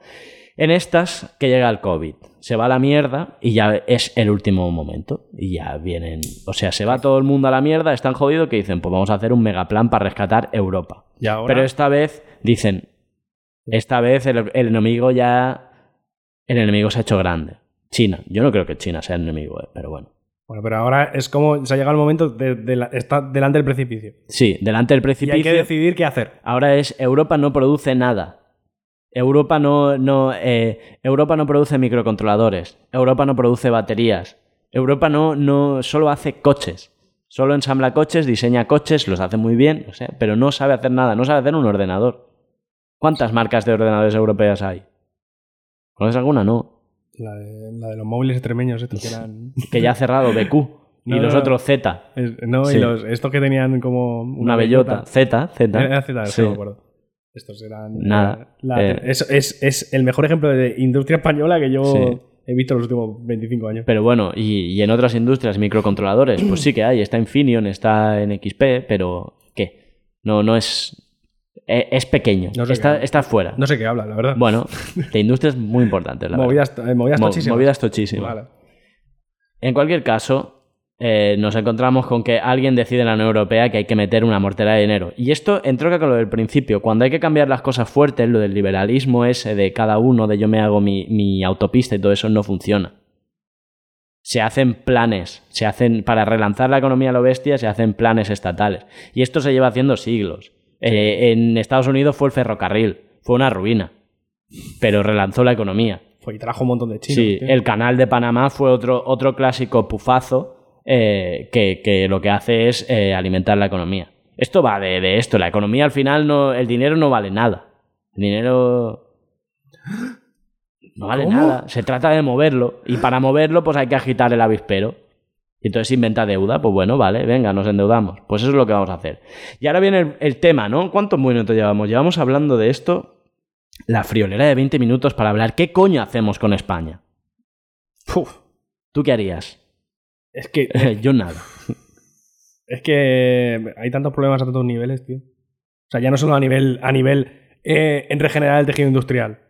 Speaker 4: En estas que llega el COVID, se va a la mierda y ya es el último momento. Y ya vienen, o sea, se va todo el mundo a la mierda, están jodidos que dicen, pues vamos a hacer un megaplan para rescatar Europa.
Speaker 5: Y ahora.
Speaker 4: Pero esta vez dicen, esta vez el, el enemigo ya, el enemigo se ha hecho grande. China. Yo no creo que China sea el enemigo, eh, pero bueno.
Speaker 5: Bueno, pero ahora es como. Se ha llegado el momento de, de la- está delante del precipicio.
Speaker 4: Sí, delante del
Speaker 5: Y hay que
Speaker 4: precipicio.
Speaker 5: decidir qué hacer.
Speaker 4: Ahora es Europa no produce nada. Europa no, no, eh, Europa no produce microcontroladores. Europa no produce baterías. Europa no, no solo hace coches. Solo ensambla coches, diseña coches, los hace muy bien, o sea, pero no sabe hacer nada, no sabe hacer un ordenador. ¿Cuántas marcas de ordenadores europeas hay? ¿Conoces alguna? No.
Speaker 5: La de, la de los móviles extremeños, estos que eran.
Speaker 4: Que ya ha cerrado BQ y
Speaker 5: No,
Speaker 4: los
Speaker 5: no.
Speaker 4: otros Z.
Speaker 5: es- no,
Speaker 4: Sí.
Speaker 5: y los, estos que tenían como.
Speaker 4: Una bellota. Z, Z.
Speaker 5: Era Z,
Speaker 4: Sí.
Speaker 5: sí, me acuerdo. Estos eran.
Speaker 4: Nada.
Speaker 5: la-
Speaker 4: Eh.
Speaker 5: eso es, es el mejor ejemplo de industria española que yo
Speaker 4: Sí.
Speaker 5: he visto en los últimos 25 años.
Speaker 4: Pero bueno, y, y en otras industrias, microcontroladores, pues sí que hay. Está Infineon, está en XP, pero ¿qué? No, no es. e- Es, pequeño.
Speaker 5: No sé
Speaker 4: está,
Speaker 5: qué.
Speaker 4: está fuera.
Speaker 5: No sé qué habla, la verdad.
Speaker 4: Bueno, de industrias muy importantes, la verdad.
Speaker 5: movidas, eh, movidas
Speaker 4: Mo-
Speaker 5: tochísimas.
Speaker 4: movidas tochísimas.
Speaker 5: Vale.
Speaker 4: En cualquier caso, eh, nos encontramos con que alguien decide en la Unión Europea que hay que meter una mortera de dinero. Y esto entroca con lo del principio. Cuando hay que cambiar las cosas fuertes, lo del liberalismo ese de cada uno, de yo me hago mi, mi autopista y todo eso, no funciona. Se hacen planes, se hacen para relanzar la economía a lo bestia, se hacen planes estatales. Y esto se lleva haciendo siglos. Eh, en Estados Unidos fue el ferrocarril, fue una ruina, pero relanzó la economía.
Speaker 5: Fue, y trajo un montón de chinos.
Speaker 4: Sí,
Speaker 5: tío.
Speaker 4: el canal de Panamá fue otro, otro clásico pufazo eh, que, que lo que hace es eh, alimentar la economía. Esto va de, de esto. La economía al final no. El dinero no vale nada. El dinero. No vale
Speaker 5: ¿Cómo?
Speaker 4: nada. Se trata de moverlo. Y para moverlo, pues hay que agitar el avispero. Y entonces inventa deuda. Pues bueno, vale, venga, nos endeudamos. Pues eso es lo que vamos a hacer. Y ahora viene el, el tema, ¿no? ¿Cuántos minutos llevamos? Llevamos hablando de esto la friolera de 20 minutos para hablar qué coño hacemos con España.
Speaker 5: Puf,
Speaker 4: ¿Tú qué harías?
Speaker 5: es que
Speaker 4: Yo nada.
Speaker 5: es que hay tantos problemas a tantos niveles, tío. O sea, ya no solo a nivel, a nivel eh, en regenerar el tejido industrial.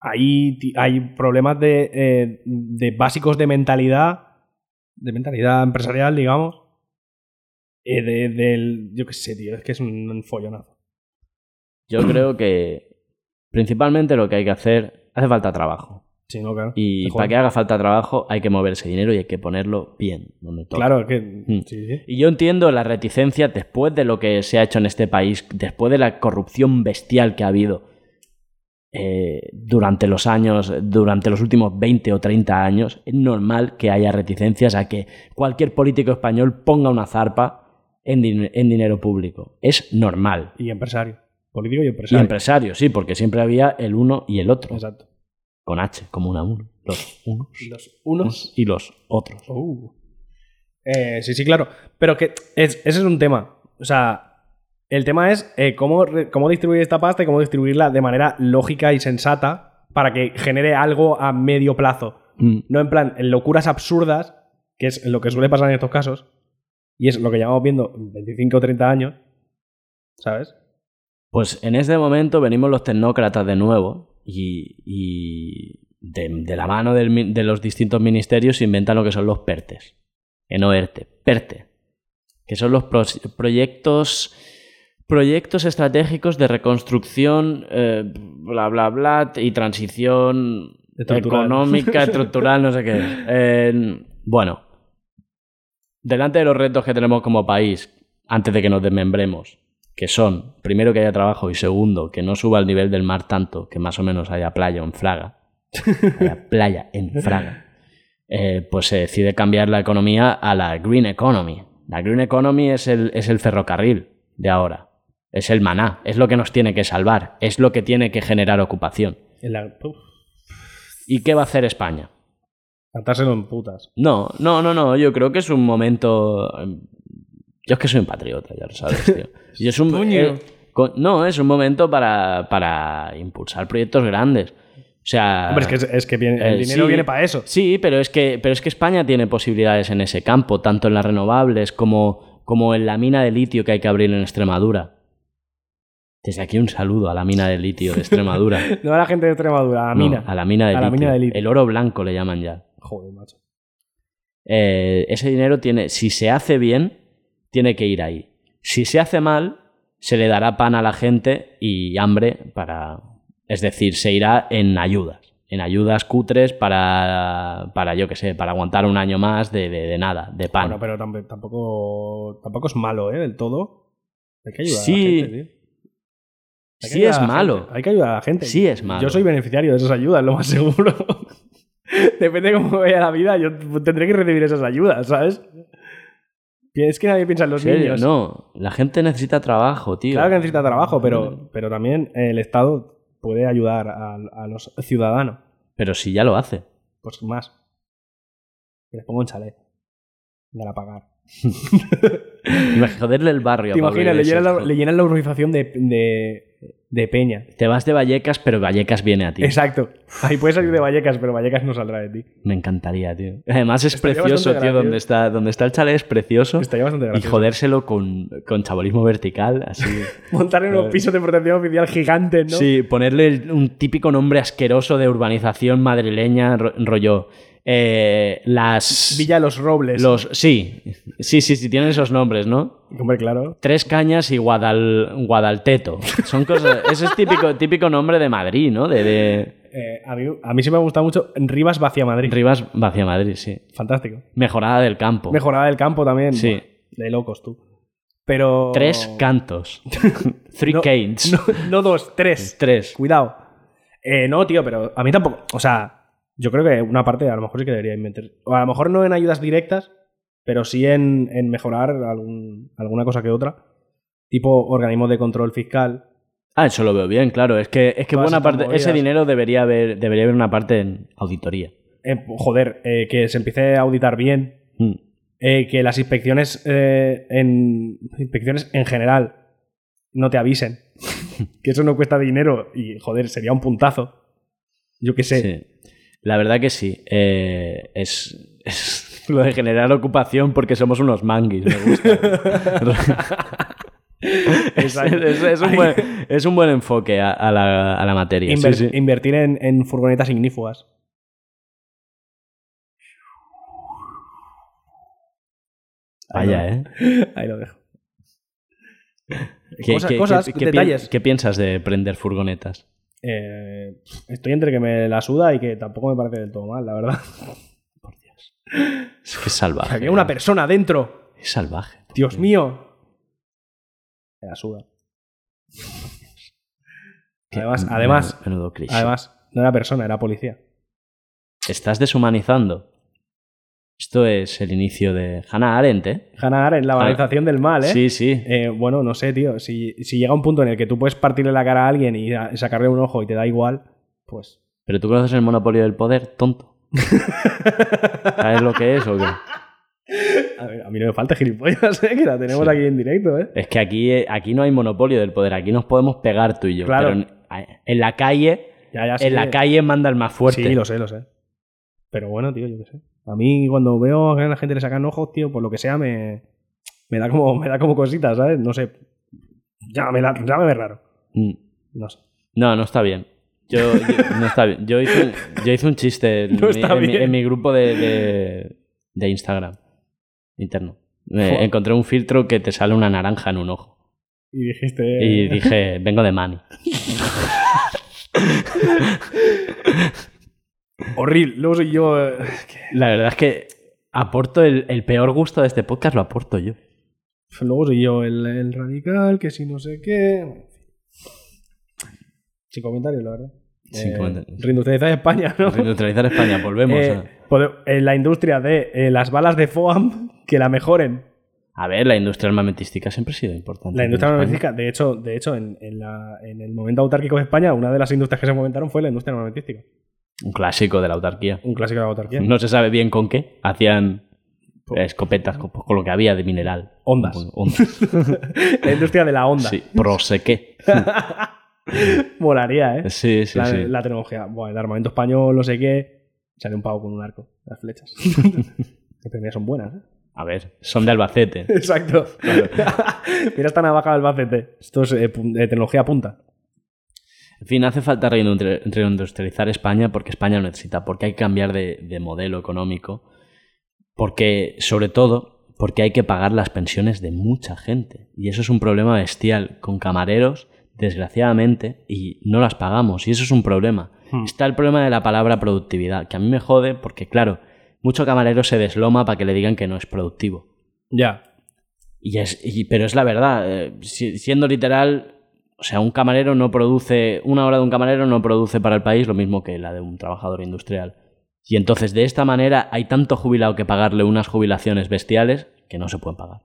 Speaker 5: Ahí ti- hay problemas de, eh, de básicos de mentalidad, de mentalidad empresarial, digamos. eh, de- del, yo qué sé, tío, es que es un follonazo.
Speaker 4: Yo creo que principalmente lo que hay que hacer, hace falta trabajo.
Speaker 5: Sí, no, claro.
Speaker 4: Y
Speaker 5: Joder.
Speaker 4: para que haga falta trabajo hay que mover ese dinero y hay que ponerlo bien donde toca.
Speaker 5: Claro, es que.
Speaker 4: Mm.
Speaker 5: sí, sí.
Speaker 4: Y yo entiendo la reticencia después de lo que se ha hecho en este país, después de la corrupción bestial que ha habido eh, durante los años, durante los últimos 20 o 30 años, es normal que haya reticencias a que cualquier político español ponga una zarpa en, din- en dinero público. Es normal.
Speaker 5: Y empresario. Político y
Speaker 4: Y
Speaker 5: empresario.
Speaker 4: empresarios, sí, porque siempre había el uno y el otro.
Speaker 5: Exacto.
Speaker 4: Con H, como una uno. Los unos
Speaker 5: Los unos
Speaker 4: y los otros.
Speaker 5: Uh. Eh, sí, sí, claro. Pero que es- ese es un tema. O sea, el tema es eh, cómo, re- cómo distribuir esta pasta y cómo distribuirla de manera lógica y sensata para que genere algo a medio plazo.
Speaker 4: Mm.
Speaker 5: No en plan en locuras absurdas, que es lo que suele pasar en estos casos, y es lo que llevamos viendo en 25 o 30 años, ¿sabes?
Speaker 4: Pues en este momento venimos los tecnócratas de nuevo y, y de, de la mano del mi- de los distintos ministerios se inventan lo que son los PERTES. Que no ERTE, PERTE. E Que son los pros- proyectos, proyectos estratégicos de reconstrucción, eh, bla, bla, bla, y transición
Speaker 5: Estructural.
Speaker 4: económica, estructural, no sé qué. En- bueno, delante de los retos que tenemos como país, antes de que nos desmembremos, que son, primero, que haya trabajo y segundo, que no suba el nivel del mar tanto, que más o menos haya playa en Fraga, haya playa en Fraga, eh, pues se decide cambiar la economía a la green economy. La green economy es el, es el ferrocarril de ahora, es el maná, es lo que nos tiene que salvar, es lo que tiene que generar ocupación.
Speaker 5: En la- uf,
Speaker 4: ¿Y qué va a hacer España?
Speaker 5: Cantárselo en putas.
Speaker 4: No, no, no, no. Yo creo que es un momento. em, Yo es que soy un patriota, ya lo sabes, tío. Y es un,
Speaker 5: Puño.
Speaker 4: eh, con- no, es un momento para, para impulsar proyectos grandes. O sea.
Speaker 5: Hombre, es que, es, es que viene- el
Speaker 4: eh,
Speaker 5: dinero
Speaker 4: sí.
Speaker 5: viene para eso.
Speaker 4: Sí, pero es que, pero es que España tiene posibilidades en ese campo, tanto en las renovables como, como en la mina de litio que hay que abrir en Extremadura. Desde aquí un saludo a la mina de litio de Extremadura.
Speaker 5: No a la gente de Extremadura, a la
Speaker 4: No,
Speaker 5: mina.
Speaker 4: a la mina de
Speaker 5: A la
Speaker 4: litio.
Speaker 5: mina de litio.
Speaker 4: El oro blanco le llaman ya.
Speaker 5: Joder, macho.
Speaker 4: Eh, ese dinero tiene, si se hace bien, tiene que ir ahí. Si se hace mal, se le dará pan a la gente y hambre para. Es decir, se irá en ayudas. En ayudas cutres para, para yo qué sé, para aguantar un año más de, de- de nada, de pan.
Speaker 5: Bueno, pero tamp- tampoco, tampoco es malo, ¿eh? Del todo. Hay que ayudar
Speaker 4: Sí.
Speaker 5: a la gente, tío. Hay que
Speaker 4: sí
Speaker 5: ayudar
Speaker 4: es
Speaker 5: a la
Speaker 4: malo.
Speaker 5: gente. Hay que ayudar a la gente.
Speaker 4: Sí es malo.
Speaker 5: Yo soy beneficiario de esas ayudas, lo más seguro. Depende de cómo vaya la vida, yo tendré que recibir esas ayudas, ¿sabes? Es que nadie piensa en
Speaker 4: ¿En
Speaker 5: los
Speaker 4: serio?
Speaker 5: niños.
Speaker 4: No, la gente necesita trabajo, tío.
Speaker 5: Claro que necesita trabajo, pero, pero también el Estado puede ayudar a, a los ciudadanos.
Speaker 4: Pero si ya lo hace.
Speaker 5: Pues más. Que les pongo un chalet. De la pagar.
Speaker 4: Imag- Joderle el barrio. a
Speaker 5: Te
Speaker 4: Pablo
Speaker 5: imaginas, le
Speaker 4: Iglesias,
Speaker 5: llenan la,
Speaker 4: joder.
Speaker 5: le llenan la urbanización de, de- de Peña.
Speaker 4: Te vas de Vallecas, pero Vallecas viene a ti.
Speaker 5: Exacto. Ahí puedes salir de Vallecas, pero Vallecas no saldrá de ti.
Speaker 4: Me encantaría, tío. Además es
Speaker 5: Estaría
Speaker 4: precioso,
Speaker 5: bastante
Speaker 4: tío. Donde
Speaker 5: gracioso.
Speaker 4: está, donde está el chalet es precioso.
Speaker 5: Estaría bastante
Speaker 4: Y
Speaker 5: gracioso.
Speaker 4: jodérselo con, con chabolismo vertical, así.
Speaker 5: Montar en unos pisos de protección oficial gigantes, ¿no?
Speaker 4: Sí, ponerle el- un típico nombre asqueroso de urbanización madrileña, ro- rollo. eh, las.
Speaker 5: Villa Los Robles.
Speaker 4: los, sí, sí, sí, sí, tienen esos nombres, ¿no?
Speaker 5: Hombre, claro.
Speaker 4: Tres cañas y Guadal, Guadalteto. Son cosas. Ese es típico, típico nombre de Madrid, ¿no? De, de
Speaker 5: Eh, a, mí, a mí sí me ha gustado mucho Rivas Vacia Madrid.
Speaker 4: Rivas hacia Madrid, sí.
Speaker 5: Fantástico.
Speaker 4: Mejorada del campo.
Speaker 5: Mejorada del campo también.
Speaker 4: Oh. Sí.
Speaker 5: Buah, De locos tú. Pero.
Speaker 4: Tres cantos. Three
Speaker 5: No,
Speaker 4: canes.
Speaker 5: No, no dos, tres.
Speaker 4: Tres.
Speaker 5: Cuidado. Eh, no, tío, pero a mí tampoco. O sea, yo creo que una parte a lo mejor sí que debería inventar. O a lo mejor no en ayudas directas, pero sí en, en mejorar algún- alguna cosa que otra. Tipo organismos de control fiscal.
Speaker 4: Ah, eso lo veo bien, claro. Es que, es que
Speaker 5: Todas
Speaker 4: buena
Speaker 5: estas
Speaker 4: parte,
Speaker 5: movidas.
Speaker 4: ese dinero debería haber, debería haber una parte en auditoría.
Speaker 5: Eh, joder, eh, que se empiece a auditar bien.
Speaker 4: Mm.
Speaker 5: Eh, que las inspecciones eh, en inspecciones en general no te avisen que eso no cuesta dinero y joder sería un puntazo yo qué sé
Speaker 4: Sí. La verdad que sí. Eh, es, es lo de generar ocupación porque somos unos manguis, me gusta. Es, es- es un, buen, es un buen enfoque a, a la, a la materia. sí,
Speaker 5: Inver-
Speaker 4: sí.
Speaker 5: Invertir en, en furgonetas ignífugas.
Speaker 4: Vaya, ¿eh?
Speaker 5: Ahí lo dejo.
Speaker 4: ¿Qué-
Speaker 5: Cosas-
Speaker 4: qué-
Speaker 5: cosas,
Speaker 4: qué- qué pi-
Speaker 5: detalles.
Speaker 4: ¿Qué piensas de prender furgonetas?
Speaker 5: Eh, estoy entre que me la suda y que tampoco me parece del todo mal, la verdad.
Speaker 4: Es que es salvaje.
Speaker 5: Había una persona dentro.
Speaker 4: Es salvaje.
Speaker 5: Dios mío. Me la suda.
Speaker 4: Qué-
Speaker 5: Además, además,
Speaker 4: Menudo cliché.
Speaker 5: además, no era persona, era policía.
Speaker 4: Estás deshumanizando. Esto es el inicio de Hannah Arendt, ¿eh?
Speaker 5: Hannah Arendt, la
Speaker 4: Ah.
Speaker 5: banalización del mal, ¿eh?
Speaker 4: Sí, sí.
Speaker 5: Eh, bueno, no sé, tío. Si, si llega un punto en el que tú puedes partirle la cara a alguien y a- sacarle un ojo y te da igual, pues.
Speaker 4: Pero tú conoces el monopolio del poder, tonto. ¿Sabes lo que es o qué?
Speaker 5: A, ver, a mí no me falta gilipollas, ¿eh? que la tenemos
Speaker 4: Sí.
Speaker 5: aquí en directo, ¿eh?
Speaker 4: Es que aquí, eh, aquí no hay monopolio del poder, aquí nos podemos pegar tú y yo.
Speaker 5: Claro.
Speaker 4: Pero en, en la calle,
Speaker 5: Ya, ya, sí.
Speaker 4: en la calle manda el más fuerte.
Speaker 5: Sí, lo sé, lo sé. Pero bueno, tío, yo qué sé. A mí cuando veo que a la gente le sacan ojos, tío, por lo que sea, me, me, da, como, me da como cositas, ¿sabes? No sé. Llámame, la- llámame raro.
Speaker 4: Mm.
Speaker 5: No sé.
Speaker 4: No, no está bien. Yo, yo- no está bien. Yo hice un, yo hice un chiste en,
Speaker 5: No
Speaker 4: mi,
Speaker 5: está
Speaker 4: en mi-
Speaker 5: bien.
Speaker 4: en mi grupo de, de- de Instagram interno. Me
Speaker 5: Fua.
Speaker 4: encontré un filtro que te sale una naranja en un ojo.
Speaker 5: Y dijiste.
Speaker 4: Y dije, vengo de Mani.
Speaker 5: Horrible. Luego soy yo. eh,
Speaker 4: La verdad es que aporto el, el peor gusto de este podcast, lo aporto yo.
Speaker 5: Eh. Luego soy yo el, el radical, que si no sé qué. Sin comentarios, la verdad.
Speaker 4: Sin comentarios.
Speaker 5: Reindustrializar España, ¿no?
Speaker 4: Neutralizar España, volvemos.
Speaker 5: Eh,
Speaker 4: a-
Speaker 5: pode- eh, la industria de eh, las balas de FOAM, que la mejoren.
Speaker 4: A ver, la industria armamentística siempre ha sido importante.
Speaker 5: La
Speaker 4: en
Speaker 5: industria
Speaker 4: España.
Speaker 5: armamentística, de hecho, de hecho en, en la- en el momento autárquico de España, una de las industrias que se fomentaron fue la industria armamentística.
Speaker 4: Un clásico de la autarquía.
Speaker 5: Un clásico de la autarquía.
Speaker 4: No se sabe bien con qué. Hacían
Speaker 5: Po-
Speaker 4: eh, escopetas con, con lo que había de mineral.
Speaker 5: Ondas.
Speaker 4: Con- ondas.
Speaker 5: La industria de la onda.
Speaker 4: Pues Sí, prosequé.
Speaker 5: Molaría, ¿eh?
Speaker 4: Sí, sí,
Speaker 5: la,
Speaker 4: sí.
Speaker 5: la tecnología. Buah, el armamento español, no sé qué. Sale un pavo con un arco. Las flechas. Las primeras son buenas, ¿eh?
Speaker 4: A ver, son de Albacete.
Speaker 5: Exacto. Mira esta navaja de Albacete. Esto es eh, pun- eh, tecnología punta.
Speaker 4: En fin, hace falta reindustri- reindustrializar España porque España lo necesita, porque hay que cambiar de, de modelo económico, porque, sobre todo, porque hay que pagar las pensiones de mucha gente. Y eso es un problema bestial con camareros, desgraciadamente, y no las pagamos. Y eso es un problema.
Speaker 5: Hmm.
Speaker 4: Está el problema de la palabra productividad, que a mí me jode porque, claro, mucho camarero se desloma para que le digan que no es productivo.
Speaker 5: Ya.
Speaker 4: Y es- y- pero es la verdad, eh, si- siendo literal, o sea, un camarero no produce, una hora de un camarero no produce para el país lo mismo que la de un trabajador industrial. Y entonces de esta manera hay tanto jubilado que pagarle unas jubilaciones bestiales que no se pueden pagar.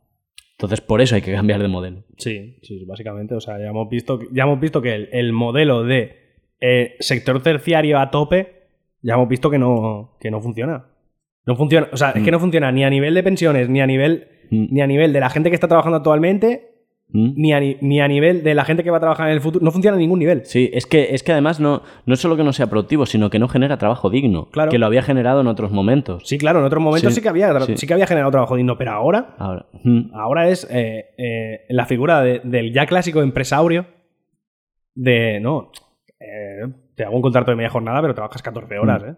Speaker 4: Entonces por eso hay que cambiar de modelo.
Speaker 5: Sí, sí, básicamente. O sea, ya hemos visto, que- ya hemos visto que el, el modelo de eh, sector terciario a tope, ya hemos visto que no, que no funciona. No funciona. O sea, es que no funciona ni a nivel de pensiones, ni a nivel,
Speaker 4: Mm,
Speaker 5: ni a nivel de la gente que está trabajando actualmente,
Speaker 4: mm.
Speaker 5: ni a, ni- ni a nivel de la gente que va a trabajar en el futuro. No funciona a ningún nivel.
Speaker 4: Sí, es que, es que además no, no es solo que no sea productivo, sino que no genera trabajo digno,
Speaker 5: Claro.
Speaker 4: que lo había generado en otros momentos.
Speaker 5: Sí, claro, en otros momentos sí,
Speaker 4: Sí,
Speaker 5: que había tra-
Speaker 4: sí.
Speaker 5: sí que había generado trabajo digno, pero ahora
Speaker 4: Ahora, mm,
Speaker 5: Ahora es eh, eh, la figura de- del ya clásico empresario de, no, eh, te hago un contrato de media jornada, pero trabajas
Speaker 4: Mm.
Speaker 5: 14 horas, ¿eh?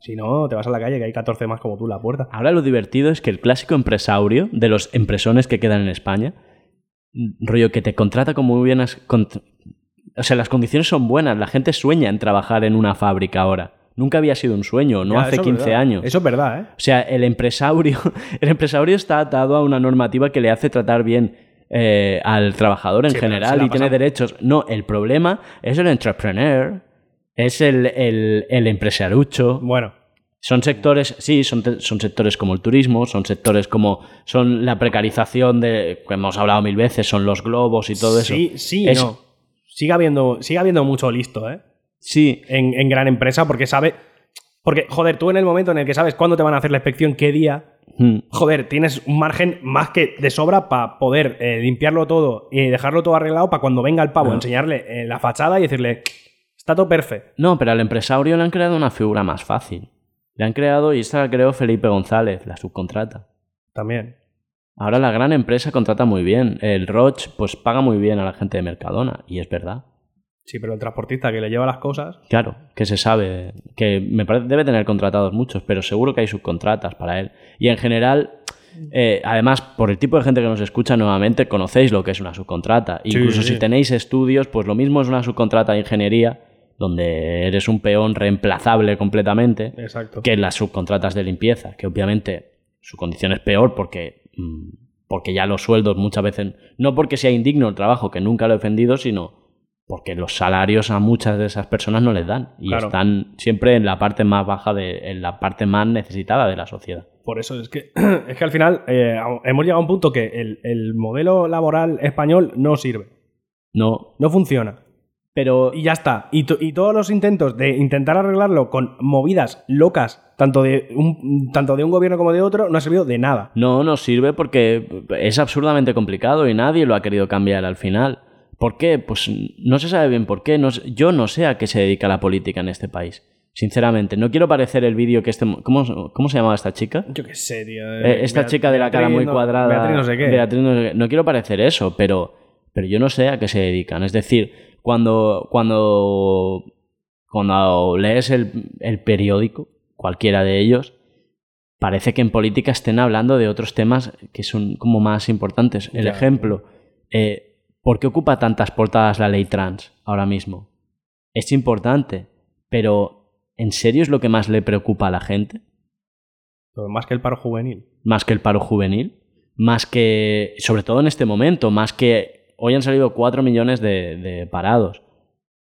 Speaker 5: Si no, te vas a la calle que hay 14 más como tú en la puerta.
Speaker 4: Ahora lo divertido es que el clásico empresario de los empresones que quedan en España, rollo que te contrata como muy buenas... cont- o sea, las condiciones son buenas, la gente sueña en trabajar en una fábrica ahora. Nunca había sido un sueño, no
Speaker 5: Ya,
Speaker 4: hace
Speaker 5: eso es
Speaker 4: 15
Speaker 5: verdad.
Speaker 4: años.
Speaker 5: Eso es verdad, ¿eh?
Speaker 4: O sea, el empresario, el empresario está atado a una normativa que le hace tratar bien eh, al trabajador en
Speaker 5: Sí, pero se
Speaker 4: general
Speaker 5: la
Speaker 4: y tiene
Speaker 5: pasa-
Speaker 4: derechos. No, el problema es el entrepreneur, es el, el, el empresarucho.
Speaker 5: Bueno,
Speaker 4: Son sectores, sí, son, te- son sectores como el turismo, son sectores como son la precarización de, que hemos hablado mil veces, son los globos y todo eso.
Speaker 5: sí, sí,
Speaker 4: Es-
Speaker 5: no. Sigue habiendo, sigue habiendo mucho listo, ¿eh?
Speaker 4: Sí,
Speaker 5: en, en gran empresa porque sabe... Porque, joder, tú en el momento en el que sabes cuándo te van a hacer la inspección, qué día,
Speaker 4: mm,
Speaker 5: joder, tienes un margen más que de sobra para poder eh, limpiarlo todo y dejarlo todo arreglado para cuando venga el pavo,
Speaker 4: Ah.
Speaker 5: enseñarle eh, la fachada y decirle, está todo perfecto.
Speaker 4: No, pero al empresario le han creado una figura más fácil. Le han creado, y esta la creó Felipe González, la subcontrata.
Speaker 5: También.
Speaker 4: Ahora la gran empresa contrata muy bien. El Roche pues paga muy bien a la gente de Mercadona y es verdad.
Speaker 5: Sí, pero el transportista que le lleva las cosas.
Speaker 4: Claro, que se sabe, que me parece debe tener contratados muchos, pero seguro que hay subcontratas para él. Y en general, eh, además, por el tipo de gente que nos escucha nuevamente, conocéis lo que es una subcontrata.
Speaker 5: Sí,
Speaker 4: Incluso
Speaker 5: sí,
Speaker 4: si
Speaker 5: sí.
Speaker 4: tenéis estudios, pues lo mismo es una subcontrata de ingeniería, donde eres un peón reemplazable completamente,
Speaker 5: Exacto.
Speaker 4: que las subcontratas de limpieza, que obviamente su condición es peor porque, mm, porque ya los sueldos muchas veces, no porque sea indigno el trabajo, que nunca lo he defendido, sino porque los salarios a muchas de esas personas no les dan y
Speaker 5: Claro.
Speaker 4: están siempre en la parte más baja, de, en la parte más necesitada de la sociedad.
Speaker 5: Por eso es que, es que al final eh, hemos llegado a un punto que el, el modelo laboral español no sirve.
Speaker 4: No,
Speaker 5: No funciona.
Speaker 4: pero
Speaker 5: Y ya está. Y, to- y todos los intentos de intentar arreglarlo con movidas locas, tanto de, un, tanto de un gobierno como de otro, no ha servido de nada.
Speaker 4: No, no sirve porque es absurdamente complicado y nadie lo ha querido cambiar al final. ¿Por qué? Pues no se sabe bien por qué. No sé- yo no sé a qué se dedica la política en este país. Sinceramente, no quiero parecer el vídeo que este... ¿Cómo, cómo se llamaba esta chica?
Speaker 5: Yo qué sé, tío.
Speaker 4: Eh, esta chica de la cara muy cuadrada.
Speaker 5: Beatriz no sé qué.
Speaker 4: Beatriz no sé qué. No quiero parecer eso, pero, pero yo no sé a qué se dedican. Es decir, cuando, cuando, cuando lees el, el periódico, cualquiera de ellos, parece que en política estén hablando de otros temas que son como más importantes. El
Speaker 5: Ya,
Speaker 4: ejemplo, eh, ¿por qué ocupa tantas portadas la ley trans ahora mismo? Es importante, pero ¿en serio es lo que más le preocupa a la gente?
Speaker 5: Pero Más que el paro juvenil.
Speaker 4: más que el paro juvenil, más que, sobre todo en este momento, más que hoy han salido 4 millones de, de parados.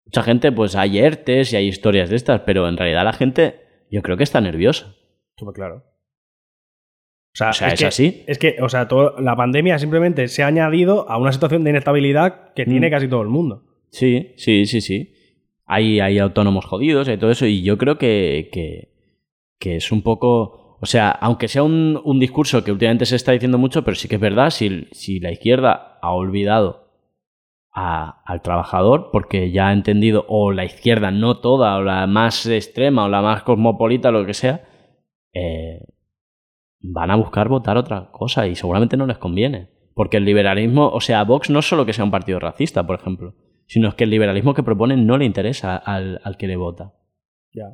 Speaker 4: Mucha gente, pues hay ERTES y hay historias de estas, pero en realidad la gente, yo creo que está nerviosa.
Speaker 5: Súper claro. O sea,
Speaker 4: O sea, es
Speaker 5: que-
Speaker 4: así.
Speaker 5: Es que, o sea, todo- la pandemia simplemente se ha añadido a una situación de inestabilidad que tiene
Speaker 4: Mm.
Speaker 5: casi todo el mundo.
Speaker 4: Sí, sí, sí, sí. Hay, hay autónomos jodidos, hay todo eso, y yo creo que, que, que es un poco. O sea, aunque sea un, un discurso que últimamente se está diciendo mucho, pero sí que es verdad, si, si la izquierda ha olvidado a- al trabajador, porque ya ha entendido, o la izquierda, no toda, o la más extrema, o la más cosmopolita, lo que sea, eh, van a buscar votar otra cosa y seguramente no les conviene. Porque el liberalismo, o sea, Vox no es solo que sea un partido racista, por ejemplo, sino es que el liberalismo que proponen no le interesa al, al que le vota.
Speaker 5: Ya.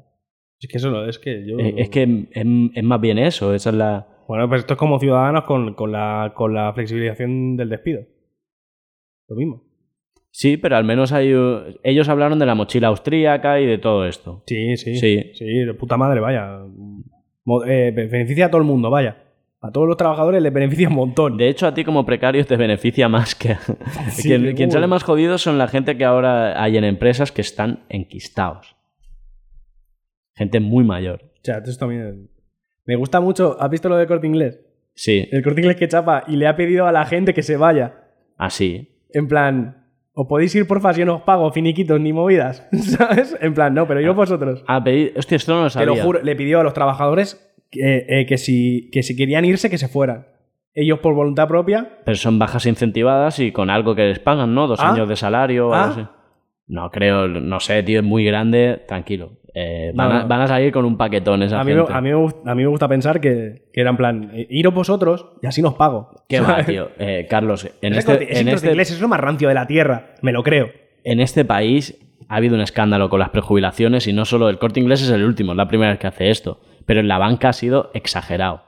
Speaker 5: Es que eso no, es que yo.
Speaker 4: Eh, Es que em, es más bien eso, esa es la...
Speaker 5: Bueno, pues esto es como ciudadanos con, con la, con la flexibilización del despido. Lo mismo.
Speaker 4: Sí, pero al menos hay... eh, Ellos hablaron de la mochila austríaca y de todo esto.
Speaker 5: Sí, sí.
Speaker 4: Sí.
Speaker 5: Sí, de puta madre, vaya. Mo- eh, be- beneficia a todo el mundo, vaya. A todos los trabajadores les beneficia un montón.
Speaker 4: De hecho, a ti como precario te beneficia más que... a-
Speaker 5: Sí,
Speaker 4: quien,
Speaker 5: seguro.
Speaker 4: quien sale más jodido son la gente que ahora hay en empresas que están enquistados. Gente muy mayor.
Speaker 5: O sea, esto también. Me gusta mucho. ¿Has visto lo de corte inglés?
Speaker 4: Sí,
Speaker 5: El corte inglés que chapa y le ha pedido a la gente que se vaya.
Speaker 4: así.
Speaker 5: En plan, os podéis ir porfa si no os pago finiquitos ni movidas. ¿Sabes? En plan, no, pero iros vosotros.
Speaker 4: Ah, pedí... Hostia, esto no lo
Speaker 5: Te
Speaker 4: sabía.
Speaker 5: lo juro, le pidió a los trabajadores que, eh, que si, que si querían irse, que se fueran. Ellos por voluntad propia.
Speaker 4: Pero son bajas incentivadas y con algo que les pagan, ¿no? Dos
Speaker 5: Ah.
Speaker 4: años de salario. o
Speaker 5: Ah.
Speaker 4: algo así. No creo, no sé, tío, es muy grande, tranquilo. Eh, van,
Speaker 5: No,
Speaker 4: a,
Speaker 5: no.
Speaker 4: van a salir con un paquetón esa
Speaker 5: A mí, me,
Speaker 4: gente.
Speaker 5: a, mí me gust- a mí me gusta pensar que, que era en plan, eh, iros vosotros y así nos pago.
Speaker 4: ¿Qué va,
Speaker 5: ¿Sabes?
Speaker 4: tío? Eh, Carlos, en
Speaker 5: Ese corte-
Speaker 4: este,
Speaker 5: ese
Speaker 4: en,
Speaker 5: corte
Speaker 4: este,
Speaker 5: inglés es lo más rancio de la tierra. Me lo creo.
Speaker 4: en este país ha habido un escándalo con las prejubilaciones y no solo el corte inglés es el último, es la primera vez que hace esto. Pero en la banca ha sido exagerado.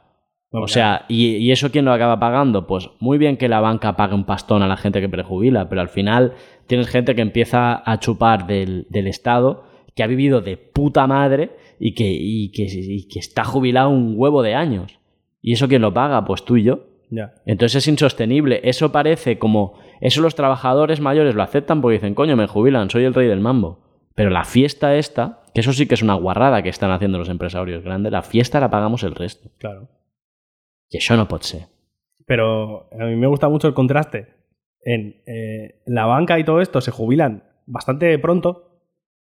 Speaker 4: O
Speaker 5: Vamos,
Speaker 4: sea, ¿y, y eso quién lo acaba pagando? Pues muy bien que la banca pague un pastón a la gente que prejubila, pero al final tienes gente que empieza a chupar del, del Estado, que ha vivido de puta madre y que, y que- y que está jubilado un huevo de años. ¿Y eso quién lo paga? Pues tú y yo.
Speaker 5: ya.
Speaker 4: Entonces es insostenible. Eso parece como. Eso los trabajadores mayores lo aceptan porque dicen, coño, me jubilan, soy el rey del mambo. Pero la fiesta esta, que eso sí que es una guarrada que están haciendo los empresarios grandes, la fiesta la pagamos el resto.
Speaker 5: claro.
Speaker 4: Y eso no puede ser.
Speaker 5: Pero a mí me gusta mucho el contraste. En eh, la banca y todo esto se jubilan bastante pronto,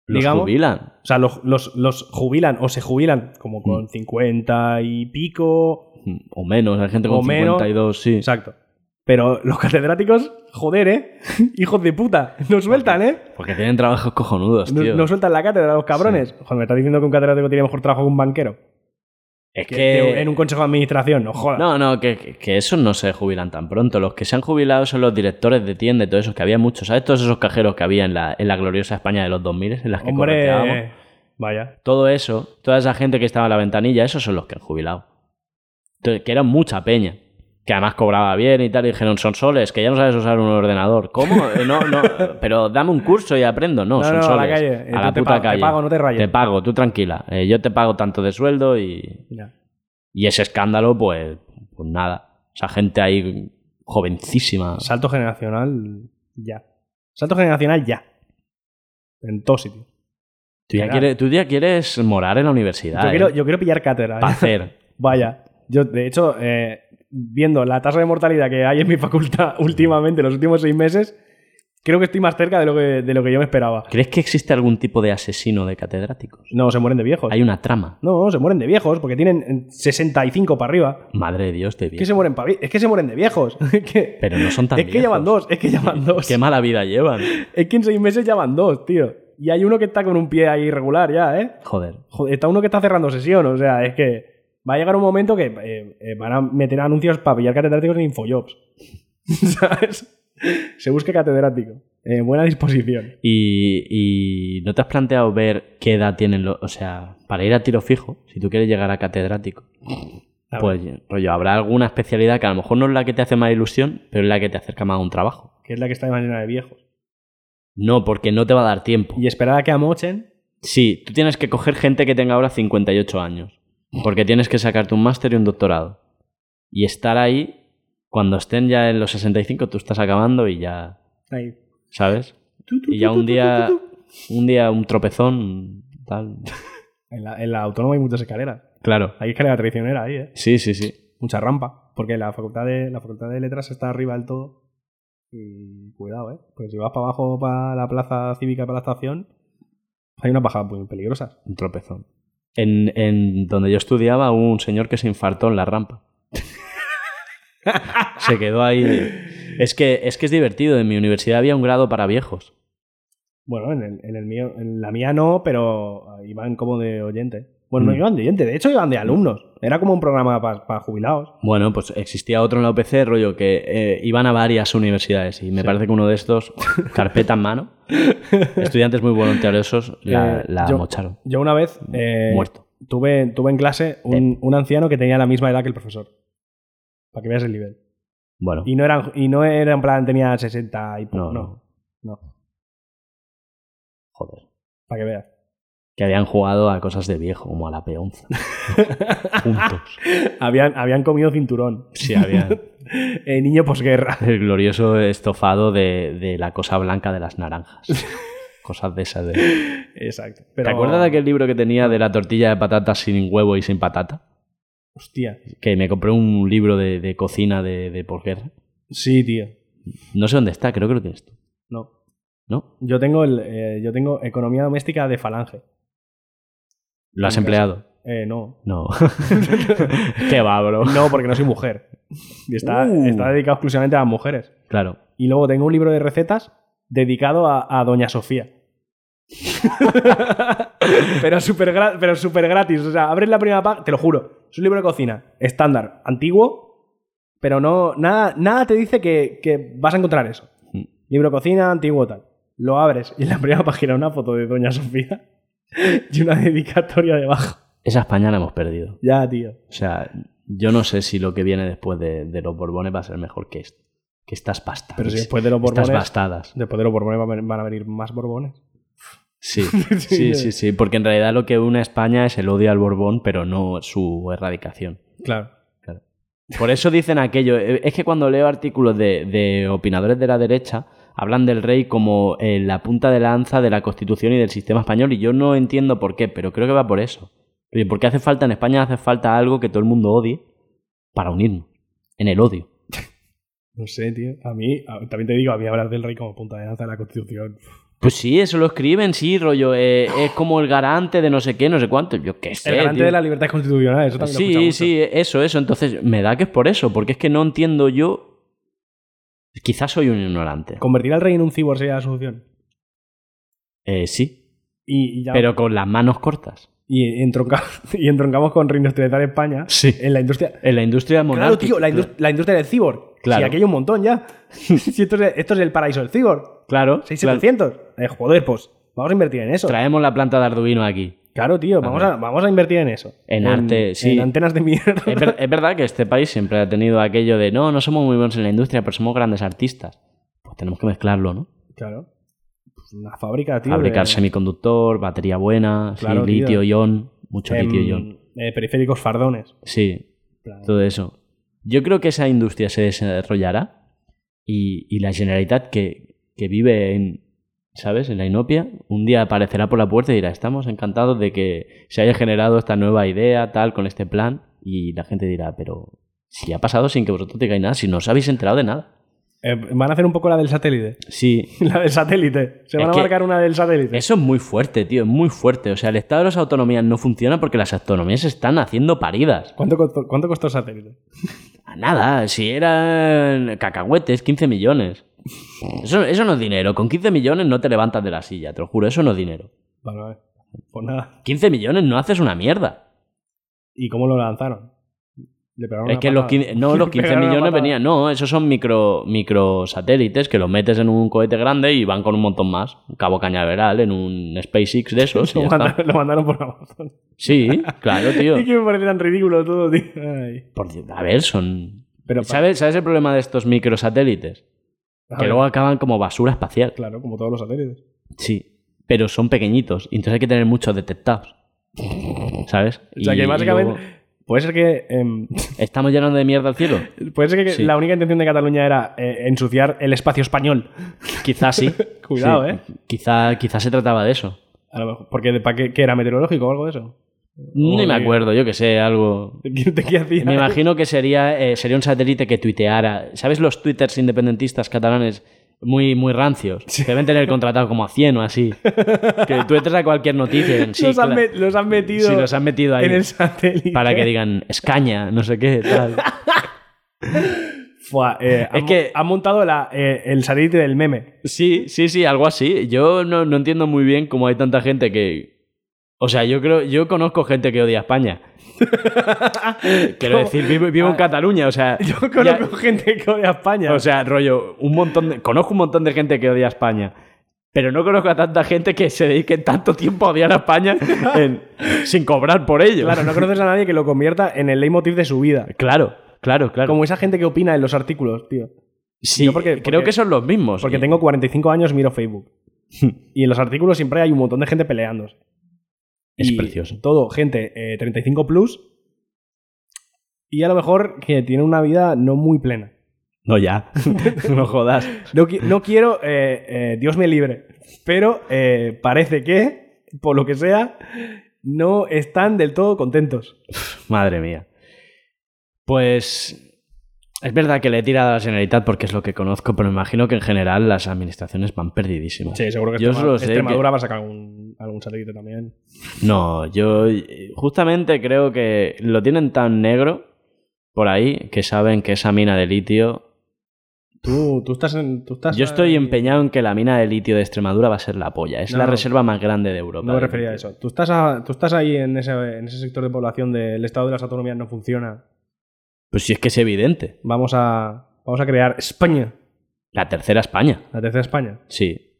Speaker 4: Los
Speaker 5: digamos.
Speaker 4: jubilan. Mm.
Speaker 5: O sea, los, los- los jubilan o se jubilan como con 50 y pico.
Speaker 4: O menos, hay gente con
Speaker 5: O menos.
Speaker 4: 52, sí.
Speaker 5: Exacto. Pero los catedráticos, joder, ¿eh? Hijos de puta. Nos sueltan, ¿eh?
Speaker 4: Porque tienen trabajos cojonudos,
Speaker 5: No,
Speaker 4: tío.
Speaker 5: no sueltan la cátedra, los cabrones. Joder, me estás diciendo que un catedrático tiene mejor trabajo que un banquero.
Speaker 4: Es
Speaker 5: Que
Speaker 4: que,
Speaker 5: te- en un consejo de administración, no jodas.
Speaker 4: No, no, que, que- que esos no se jubilan tan pronto. Los que se han jubilado son los directores de tienda y todos esos que había muchos, ¿sabes? Todos esos cajeros que había en la, en la gloriosa España de los 2000 en las que correteábamos.
Speaker 5: Hombre, vaya.
Speaker 4: Todo eso, toda esa gente que estaba en la ventanilla, esos son los que han jubilado. Entonces, que eran mucha peña. Que además cobraba bien y tal, y dijeron, son soles, que ya no sabes usar un ordenador. ¿Cómo? Eh, No, no, pero dame un curso y aprendo. No,
Speaker 5: No,
Speaker 4: son
Speaker 5: no, a la
Speaker 4: soles.
Speaker 5: calle. Eh,
Speaker 4: A la
Speaker 5: tú te
Speaker 4: puta
Speaker 5: pago- te
Speaker 4: calle.
Speaker 5: pago, no te rayes.
Speaker 4: Te pago, tú tranquila. Eh, yo te pago tanto de sueldo y,
Speaker 5: Ya.
Speaker 4: y ese escándalo, pues, pues nada. Esa gente ahí jovencísima.
Speaker 5: Salto generacional, ya. Salto generacional, ya. En todo sitio.
Speaker 4: Tú ya,
Speaker 5: Claro.
Speaker 4: quieres, tú ya quieres morar en la universidad.
Speaker 5: Yo quiero, yo quiero pillar cátedra. ¿eh?
Speaker 4: Para hacer.
Speaker 5: Vaya. Yo, de hecho, eh, viendo la tasa de mortalidad que hay en mi facultad últimamente, los últimos seis meses, creo que estoy más cerca de lo que, de lo que yo me esperaba.
Speaker 4: ¿Crees que existe algún tipo de asesino de catedráticos?
Speaker 5: No, se mueren de viejos.
Speaker 4: Hay una trama.
Speaker 5: No, se mueren de viejos porque tienen 65 para arriba.
Speaker 4: Madre de Dios, te
Speaker 5: Es que se mueren pa- Es que se mueren de viejos. Es que-
Speaker 4: Pero no son tan
Speaker 5: Es que ya van
Speaker 4: viejos.
Speaker 5: dos, es que ya van dos.
Speaker 4: Qué mala vida llevan.
Speaker 5: Es que en seis meses ya van dos, tío. Y hay uno que está con un pie ahí irregular ya, ¿eh?
Speaker 4: Joder.
Speaker 5: Joder, está uno que está cerrando sesión, o sea, es que va a llegar un momento que eh, eh, van a meter anuncios para pillar catedráticos en Infojobs. ¿Sabes? Se busca catedrático. En buena disposición.
Speaker 4: Y, y no te has planteado ver qué edad tienen los. O sea, para ir a tiro fijo, si tú quieres llegar a catedrático,
Speaker 5: A ver.
Speaker 4: pues rollo, habrá alguna especialidad que a lo mejor no es la que te hace más ilusión, pero es la que te acerca más a un trabajo.
Speaker 5: Que es la que está más llena de viejos.
Speaker 4: No, porque no te va a dar tiempo.
Speaker 5: Y esperar a que amochen.
Speaker 4: Sí, tú tienes que coger gente que tenga ahora 58 años. Porque tienes que sacarte un máster y un doctorado. Y estar ahí cuando estén ya en los 65, tú estás acabando y ya.
Speaker 5: Ahí.
Speaker 4: ¿Sabes? Y ya un día. Un día un tropezón. Tal.
Speaker 5: En la, en la autónoma hay muchas escaleras.
Speaker 4: Claro.
Speaker 5: Hay escalera traicionera ahí, ¿eh?
Speaker 4: Sí, sí, sí.
Speaker 5: Mucha rampa. Porque la facultad de, la facultad de letras está arriba del todo. Y cuidado, ¿eh? Porque si vas para abajo, para la plaza cívica, para la estación, hay unas bajadas muy peligrosas.
Speaker 4: Un tropezón. En, en donde yo estudiaba hubo un señor que se infartó en la rampa. se quedó ahí. Es que, es que es divertido. En mi universidad había un grado para viejos.
Speaker 5: Bueno, en el, en el mío, en la mía no, pero ah, iban como de oyente. Bueno, no
Speaker 4: Mm.
Speaker 5: iban de oyente, de hecho iban de alumnos. Era como un programa para jubilados.
Speaker 4: Bueno, pues existía otro en la UPC, rollo, que eh, iban a varias universidades y me parece que uno de estos, carpeta en mano, estudiantes muy voluntariosos, la,
Speaker 5: Eh,
Speaker 4: la
Speaker 5: yo,
Speaker 4: mocharon.
Speaker 5: Yo una vez eh,
Speaker 4: Mm, Muerto. Eh.
Speaker 5: Tuve, tuve en clase un, un anciano que tenía la misma edad que el profesor. Para que veas el nivel.
Speaker 4: Bueno,
Speaker 5: Y no eran, y no era en plan, tenía 60 y poco.
Speaker 4: no,
Speaker 5: No,
Speaker 4: no,
Speaker 5: no.
Speaker 4: joder.
Speaker 5: para que veas.
Speaker 4: Que habían jugado a cosas de viejo, como a la peonza. Juntos.
Speaker 5: Habían, habían comido cinturón.
Speaker 4: Sí, habían.
Speaker 5: Eh, niño posguerra.
Speaker 4: El glorioso estofado de, de la cosa blanca de las naranjas. Cosas de esas de...
Speaker 5: Exacto.
Speaker 4: ¿Te acuerdas de aquel libro que tenía de la tortilla de patatas sin huevo y sin patata?
Speaker 5: Hostia.
Speaker 4: Que me compré un libro de, de cocina de, de posguerra.
Speaker 5: Sí, tío.
Speaker 4: No sé dónde está, creo que lo tienes tú.
Speaker 5: No.
Speaker 4: ¿No?
Speaker 5: Yo tengo, el, eh, yo tengo economía doméstica de falange.
Speaker 4: ¿Lo has
Speaker 5: En casa.
Speaker 4: empleado?
Speaker 5: Eh, no.
Speaker 4: No. Qué va, bro.
Speaker 5: No, porque no soy mujer. Y está,
Speaker 4: Uh.
Speaker 5: está dedicado exclusivamente a las mujeres.
Speaker 4: Claro.
Speaker 5: Y luego tengo un libro de recetas dedicado a, a Doña Sofía. pero súper gra- pero súper gratis. O sea, abres la primera página, te lo juro. Es un libro de cocina, estándar, antiguo, pero no nada, nada te dice que, que vas a encontrar eso.
Speaker 4: Mm.
Speaker 5: Libro de cocina, antiguo, tal. Lo abres y en la primera página una foto de Doña Sofía y una dedicatoria debajo.
Speaker 4: Esa España la hemos perdido.
Speaker 5: Ya, tío.
Speaker 4: O sea, yo no sé si lo que viene después de, de los Borbones va a ser mejor que esto. Que estas pastas.
Speaker 5: Pero si después de los Borbones-
Speaker 4: Estas bastadas.
Speaker 5: Después de los borbones van a ven- van a venir más borbones.
Speaker 4: Sí, sí, sí, sí. Porque en realidad lo que une a España es el odio al Borbón, pero no su erradicación.
Speaker 5: Claro.
Speaker 4: Por eso dicen aquello. Eh, Es que cuando leo artículos de, de opinadores de la derecha, hablan del rey como eh, la punta de lanza de la Constitución y del sistema español, y yo no entiendo por qué, pero creo que va por eso. Oye, Porque hace falta, en España hace falta algo que todo el mundo odie para unirnos, en el odio.
Speaker 5: No sé, tío. A mí, a- también te digo, a mí hablar del rey como punta de lanza de la Constitución.
Speaker 4: Pues sí, eso lo escriben, sí, rollo. eh, es como el garante de no sé qué, no sé cuánto. Yo qué sé.
Speaker 5: El garante
Speaker 4: tío.
Speaker 5: de la libertad constitucional, eso también lo he
Speaker 4: Sí,
Speaker 5: escuchado mucho.
Speaker 4: sí, eso, eso. Entonces, me da que es por eso, porque es que no entiendo yo. Quizás soy un ignorante.
Speaker 5: Convertir al rey en un cibor sería la solución.
Speaker 4: Eh, sí,
Speaker 5: Y, y ya.
Speaker 4: pero con las manos cortas.
Speaker 5: y, entronca- y entroncamos con reindustrializar España
Speaker 4: Sí.
Speaker 5: en la industria.
Speaker 4: En la industria
Speaker 5: Claro,
Speaker 4: monárquica.
Speaker 5: tío, la, indus- la industria del cyborg.
Speaker 4: Claro.
Speaker 5: Si aquí hay un montón ya. si esto es, esto es el paraíso del cyborg.
Speaker 4: Claro, claro.
Speaker 5: 6700. Eh, joder, pues vamos a invertir en eso.
Speaker 4: Traemos la planta de Arduino aquí.
Speaker 5: Claro, tío, vamos a, vamos a invertir en eso.
Speaker 4: En arte, sí.
Speaker 5: En antenas de mierda.
Speaker 4: Es, ver- es verdad que este país siempre ha tenido aquello de no, no somos muy buenos en la industria, pero somos grandes artistas. Pues tenemos que mezclarlo, ¿no?
Speaker 5: Claro. Pues Una fábrica, tío.
Speaker 4: Fabricar
Speaker 5: de-
Speaker 4: semiconductor, batería buena, sí,
Speaker 5: Claro, tío.
Speaker 4: litio-ion, mucho
Speaker 5: em,
Speaker 4: litio-ion.
Speaker 5: eh, periféricos fardones.
Speaker 4: Sí, todo eso. Yo creo que esa industria se desarrollará y, y la generalidad que, que vive en, ¿sabes? En la inopia, un día aparecerá por la puerta y dirá, estamos encantados de que se haya generado esta nueva idea, tal, con este plan. Y la gente dirá, pero si ha pasado sin que vosotros digáis nada, si no os habéis enterado de nada.
Speaker 5: Eh, van a hacer un poco la del satélite.
Speaker 4: Sí,
Speaker 5: La del satélite. Se
Speaker 4: Es
Speaker 5: van a
Speaker 4: que-
Speaker 5: marcar una del satélite.
Speaker 4: Eso es muy fuerte, tío, es muy fuerte. O sea, el estado de las autonomías no funciona porque las autonomías están haciendo paridas.
Speaker 5: ¿Cuánto, costó, ¿Cuánto costó el satélite?
Speaker 4: A nada, si eran cacahuetes, 15 millones. Eso, eso no es dinero. Con 15 millones no te levantas de la silla, te lo juro, eso no es dinero.
Speaker 5: Vale, vale. Pues nada.
Speaker 4: 15 millones no haces una mierda.
Speaker 5: ¿Y cómo lo lanzaron? Le pegaron
Speaker 4: Es
Speaker 5: una
Speaker 4: que los
Speaker 5: patada.
Speaker 4: 15, no,
Speaker 5: Le
Speaker 4: los 15
Speaker 5: pegaron una
Speaker 4: millones
Speaker 5: patada.
Speaker 4: venían. No, esos son micro, microsatélites que los metes en un cohete grande y van con un montón más. Un cabo cañaveral, en un SpaceX de esos. y
Speaker 5: Lo
Speaker 4: ya está.
Speaker 5: mandaron, lo mandaron por Amazon.
Speaker 4: Sí, claro, tío.
Speaker 5: Es que me parece tan ridículo todo, tío. Ay.
Speaker 4: Por Dios, a ver, son.
Speaker 5: Pero pa-
Speaker 4: ¿Sabes, ¿Sabes el problema de estos microsatélites?
Speaker 5: A
Speaker 4: Que
Speaker 5: ver,
Speaker 4: luego acaban como basura espacial.
Speaker 5: Claro, como todos los satélites.
Speaker 4: Sí. Pero son pequeñitos. y Entonces hay que tener muchos detectados. ¿Sabes?
Speaker 5: O sea,
Speaker 4: Y-
Speaker 5: que
Speaker 4: y
Speaker 5: básicamente...
Speaker 4: luego,
Speaker 5: Puede ser que... em,
Speaker 4: Estamos llenando de mierda al cielo.
Speaker 5: puede ser que
Speaker 4: Sí.
Speaker 5: la única intención de Cataluña era eh, ensuciar el espacio español.
Speaker 4: Quizás sí.
Speaker 5: Cuidado,
Speaker 4: Sí.
Speaker 5: ¿eh?
Speaker 4: Quizá, quizás se trataba de eso.
Speaker 5: A lo mejor. Porque ¿para qué, qué era meteorológico o algo de eso?
Speaker 4: Ni
Speaker 5: Oye.
Speaker 4: me acuerdo, yo que sé, algo.
Speaker 5: ¿De qué, de qué hacía?
Speaker 4: Me imagino que sería, eh, sería un satélite que tuiteara. ¿Sabes los twitters independentistas catalanes muy, muy rancios? Que deben tener contratado como a 100 o así. Que tú entres a cualquier noticia. y dicen, sí,
Speaker 5: los, han
Speaker 4: cla-
Speaker 5: met- los han metido
Speaker 4: sí, los han metido ahí
Speaker 5: en el satélite.
Speaker 4: para que digan Escaña, no sé qué, tal.
Speaker 5: Fua, eh, han,
Speaker 4: Es que-
Speaker 5: han montado la, eh, el satélite del meme.
Speaker 4: Sí, sí, sí, algo así. Yo no, no entiendo muy bien cómo hay tanta gente que. O sea, yo creo, yo conozco gente que odia a España. Quiero
Speaker 5: ¿Cómo?
Speaker 4: decir, vivo, vivo en Cataluña, o sea.
Speaker 5: Yo
Speaker 4: ya-
Speaker 5: conozco gente que odia a España.
Speaker 4: O sea, rollo, un montón de- conozco un montón de gente que odia a España, pero no conozco a tanta gente que se dedique tanto tiempo a odiar a España en- sin cobrar por ello.
Speaker 5: claro, no conoces a nadie que lo convierta en el leitmotiv de su vida.
Speaker 4: claro, claro, claro.
Speaker 5: Como esa gente que opina en los artículos, tío.
Speaker 4: Sí,
Speaker 5: yo porque-
Speaker 4: creo
Speaker 5: porque-
Speaker 4: que son los mismos.
Speaker 5: Porque
Speaker 4: Y-
Speaker 5: tengo 45 años, miro Facebook. y en los artículos siempre hay un montón de gente peleándose.
Speaker 4: Es
Speaker 5: Y
Speaker 4: precioso.
Speaker 5: Todo, gente eh, 35 plus. Y a lo mejor que tiene una vida no muy plena.
Speaker 4: No, ya. no jodas.
Speaker 5: No, qui- no quiero, eh, eh, Dios me libre, pero eh, parece que, por lo que sea, no están del todo contentos.
Speaker 4: Madre mía. Pues. Es verdad que le he tirado a la Generalitat porque es lo que conozco, pero me imagino que en general las administraciones van perdidísimas.
Speaker 5: Sí, seguro que
Speaker 4: Yo
Speaker 5: Extrema-
Speaker 4: solo sé que-
Speaker 5: Extremadura va a sacar algún, algún satélite también.
Speaker 4: No, yo eh, justamente creo que lo tienen tan negro por ahí que saben que esa mina de litio.
Speaker 5: Tú, tú estás en... Tú estás
Speaker 4: Yo estoy
Speaker 5: ahí-
Speaker 4: empeñado en que la mina de litio de Extremadura va a ser la polla. Es
Speaker 5: No,
Speaker 4: la
Speaker 5: no.
Speaker 4: reserva más grande de Europa.
Speaker 5: No me
Speaker 4: de
Speaker 5: refería a
Speaker 4: litio.
Speaker 5: eso. Tú estás, a- tú estás ahí en ese, en ese sector de población del estado de las autonomías no funciona.
Speaker 4: Pues si es que es evidente.
Speaker 5: Vamos a, vamos a crear España,
Speaker 4: La tercera España.
Speaker 5: la tercera España.
Speaker 4: Sí.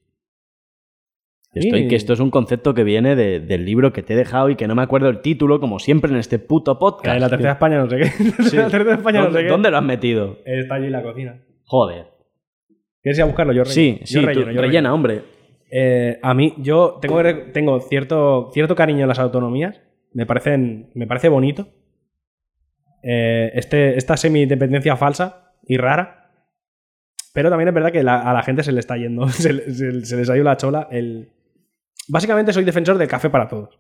Speaker 4: Estoy,
Speaker 5: Sí.
Speaker 4: que esto es un concepto que viene de- del libro que te he dejado y que no me acuerdo el título, como siempre en este puto podcast.
Speaker 5: Eh, la tercera España no sé qué.
Speaker 4: Sí.
Speaker 5: la tercera España no
Speaker 4: ¿Dónde,
Speaker 5: sé qué.
Speaker 4: dónde lo has metido?
Speaker 5: Eh, Está allí en la cocina.
Speaker 4: Joder.
Speaker 5: ¿Quieres ir a buscarlo? Yo relleno.
Speaker 4: Sí, sí,
Speaker 5: yo
Speaker 4: tú-
Speaker 5: relleno, yo
Speaker 4: rellena,
Speaker 5: relleno.
Speaker 4: hombre.
Speaker 5: Eh, a mí, yo tengo, que re- tengo cierto, cierto cariño a las autonomías. Me, parecen, me parece bonito. Eh, este, esta semi-independencia falsa y rara. Pero también es verdad que la- a la gente se le está yendo. Se, le- se- se les ha ido la chola. El... Básicamente soy defensor del café para todos.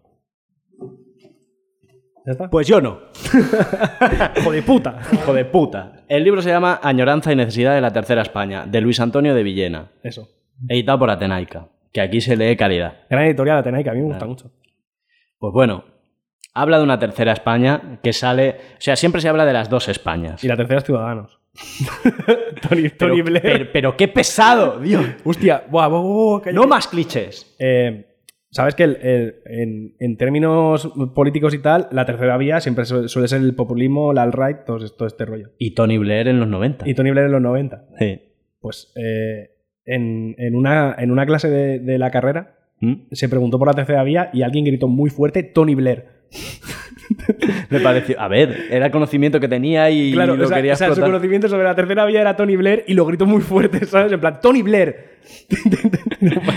Speaker 5: ¿Ya está?
Speaker 4: Pues yo no.
Speaker 5: hijo de puta.
Speaker 4: Hijo de puta. El libro se llama Añoranza y necesidad de la tercera España, de Luis Antonio de Villena,
Speaker 5: Eso.
Speaker 4: editado por Atenaica, que aquí se lee calidad.
Speaker 5: Gran editorial Atenaica, a mí me gusta
Speaker 4: Claro.
Speaker 5: mucho.
Speaker 4: Pues bueno, habla de una tercera España que sale, o sea, siempre se habla de las dos Españas.
Speaker 5: Y la tercera es Ciudadanos. Tony, Tony
Speaker 4: pero,
Speaker 5: Blair.
Speaker 4: pero- pero qué pesado, Dios.
Speaker 5: Hostia, buah, buah, buah, buah, calla.
Speaker 4: No más clichés.
Speaker 5: Eh, Sabes que el- el- en, en términos políticos y tal, la tercera vía siempre su- suele ser el populismo, el alt-right, todo, es- todo este rollo.
Speaker 4: Y Tony Blair en los 90.
Speaker 5: Y Tony Blair en los 90.
Speaker 4: Sí.
Speaker 5: Pues eh, en, en una, en una clase de, de la carrera
Speaker 4: ¿Mm?
Speaker 5: se preguntó por la tercera vía y alguien gritó muy fuerte Tony Blair.
Speaker 4: Me pareció. A ver, era el conocimiento que tenía y
Speaker 5: claro,
Speaker 4: lo
Speaker 5: o sea,
Speaker 4: quería
Speaker 5: o sea, su
Speaker 4: explotar.
Speaker 5: conocimiento sobre la tercera vía era Tony Blair y lo gritó muy fuerte, ¿sabes? En plan, Tony Blair.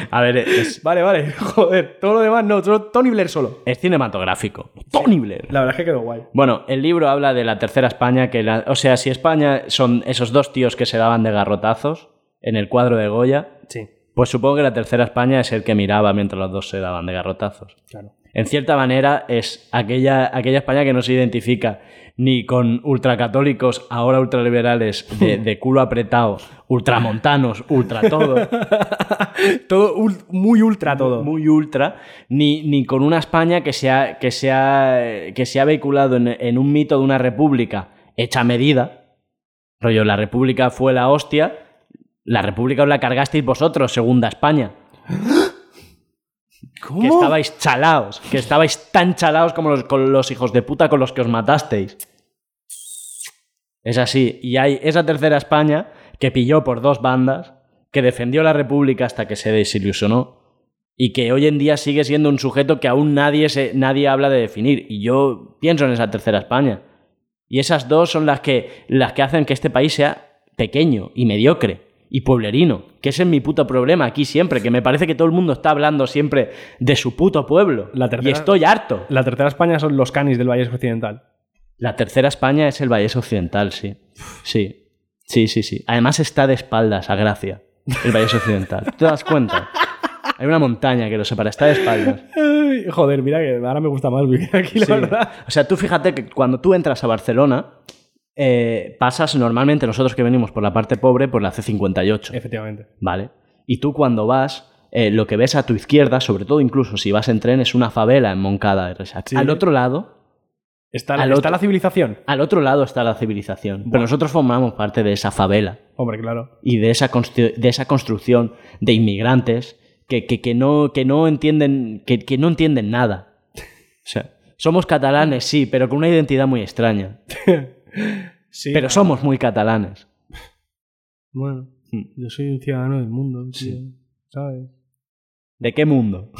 Speaker 4: A ver, es,
Speaker 5: Vale, vale, joder, todo lo demás no, solo Tony Blair solo.
Speaker 4: es cinematográfico. Tony Blair.
Speaker 5: La verdad es que quedó guay.
Speaker 4: Bueno, el libro habla de la tercera España, que la- o sea, si España son esos dos tíos que se daban de garrotazos en el cuadro de Goya,
Speaker 5: Sí,
Speaker 4: pues supongo que la tercera España es el que miraba mientras los dos se daban de garrotazos.
Speaker 5: claro.
Speaker 4: En cierta manera es aquella, aquella España que no se identifica ni con ultracatólicos, ahora ultraliberales, de, de culo apretado, ultramontanos, ultra todo,
Speaker 5: Todo ul- muy ultra todo.
Speaker 4: muy ultra, ni, ni con una España que se ha, que se ha, eh, que se ha vehiculado en, en un mito de una república hecha a medida. Rollo, la república fue la hostia, la república os la cargasteis vosotros, segunda España.
Speaker 5: ¿Cómo?
Speaker 4: Que estabais chalaos, que estabais tan chalaos como los, con los hijos de puta con los que os matasteis. Es así. Y hay esa tercera España que pilló por dos bandas, que defendió la República hasta que se desilusionó y que hoy en día sigue siendo un sujeto que aún nadie, se, nadie habla de definir. Y yo pienso en esa tercera España. Y esas dos son las que, las que hacen que este país sea pequeño y mediocre y pueblerino, que ese es mi puto problema aquí siempre, que me parece que todo el mundo está hablando siempre de su puto pueblo.
Speaker 5: La tercera-
Speaker 4: Y estoy harto.
Speaker 5: La tercera España son los canis del Valle Occidental.
Speaker 4: La tercera España es el Vallés Occidental, sí. Sí. Sí, sí, sí. Además está de espaldas a Gracia, el Vallés Occidental. ¿Te das cuenta? Hay una montaña que lo separa, está de espaldas.
Speaker 5: Ay, joder, mira que ahora me gusta más vivir aquí, la
Speaker 4: Sí.
Speaker 5: verdad.
Speaker 4: O sea, tú fíjate que cuando tú entras a Barcelona, eh, pasas normalmente, nosotros que venimos por la parte pobre, por la C58,
Speaker 5: Efectivamente.
Speaker 4: ¿vale? Y tú cuando vas, eh, lo que ves a tu izquierda, sobre todo incluso si vas en tren, es una favela en Moncada de Resaca.
Speaker 5: Sí.
Speaker 4: Al otro lado,
Speaker 5: Está,
Speaker 4: Al
Speaker 5: está
Speaker 4: otro-
Speaker 5: la civilización.
Speaker 4: al otro lado está la civilización. Pero
Speaker 5: Buah.
Speaker 4: nosotros formamos parte de esa favela.
Speaker 5: Hombre, claro.
Speaker 4: y de esa, constru- de esa construcción de inmigrantes que, que- que no, que, no entienden, que, que no entienden nada. O sea, somos catalanes, sí, pero con una identidad muy extraña.
Speaker 5: Sí.
Speaker 4: Pero somos muy catalanes.
Speaker 5: Bueno,
Speaker 4: Hmm.
Speaker 5: yo soy un ciudadano del mundo, tío. ¿Sabes?
Speaker 4: ¿De qué mundo?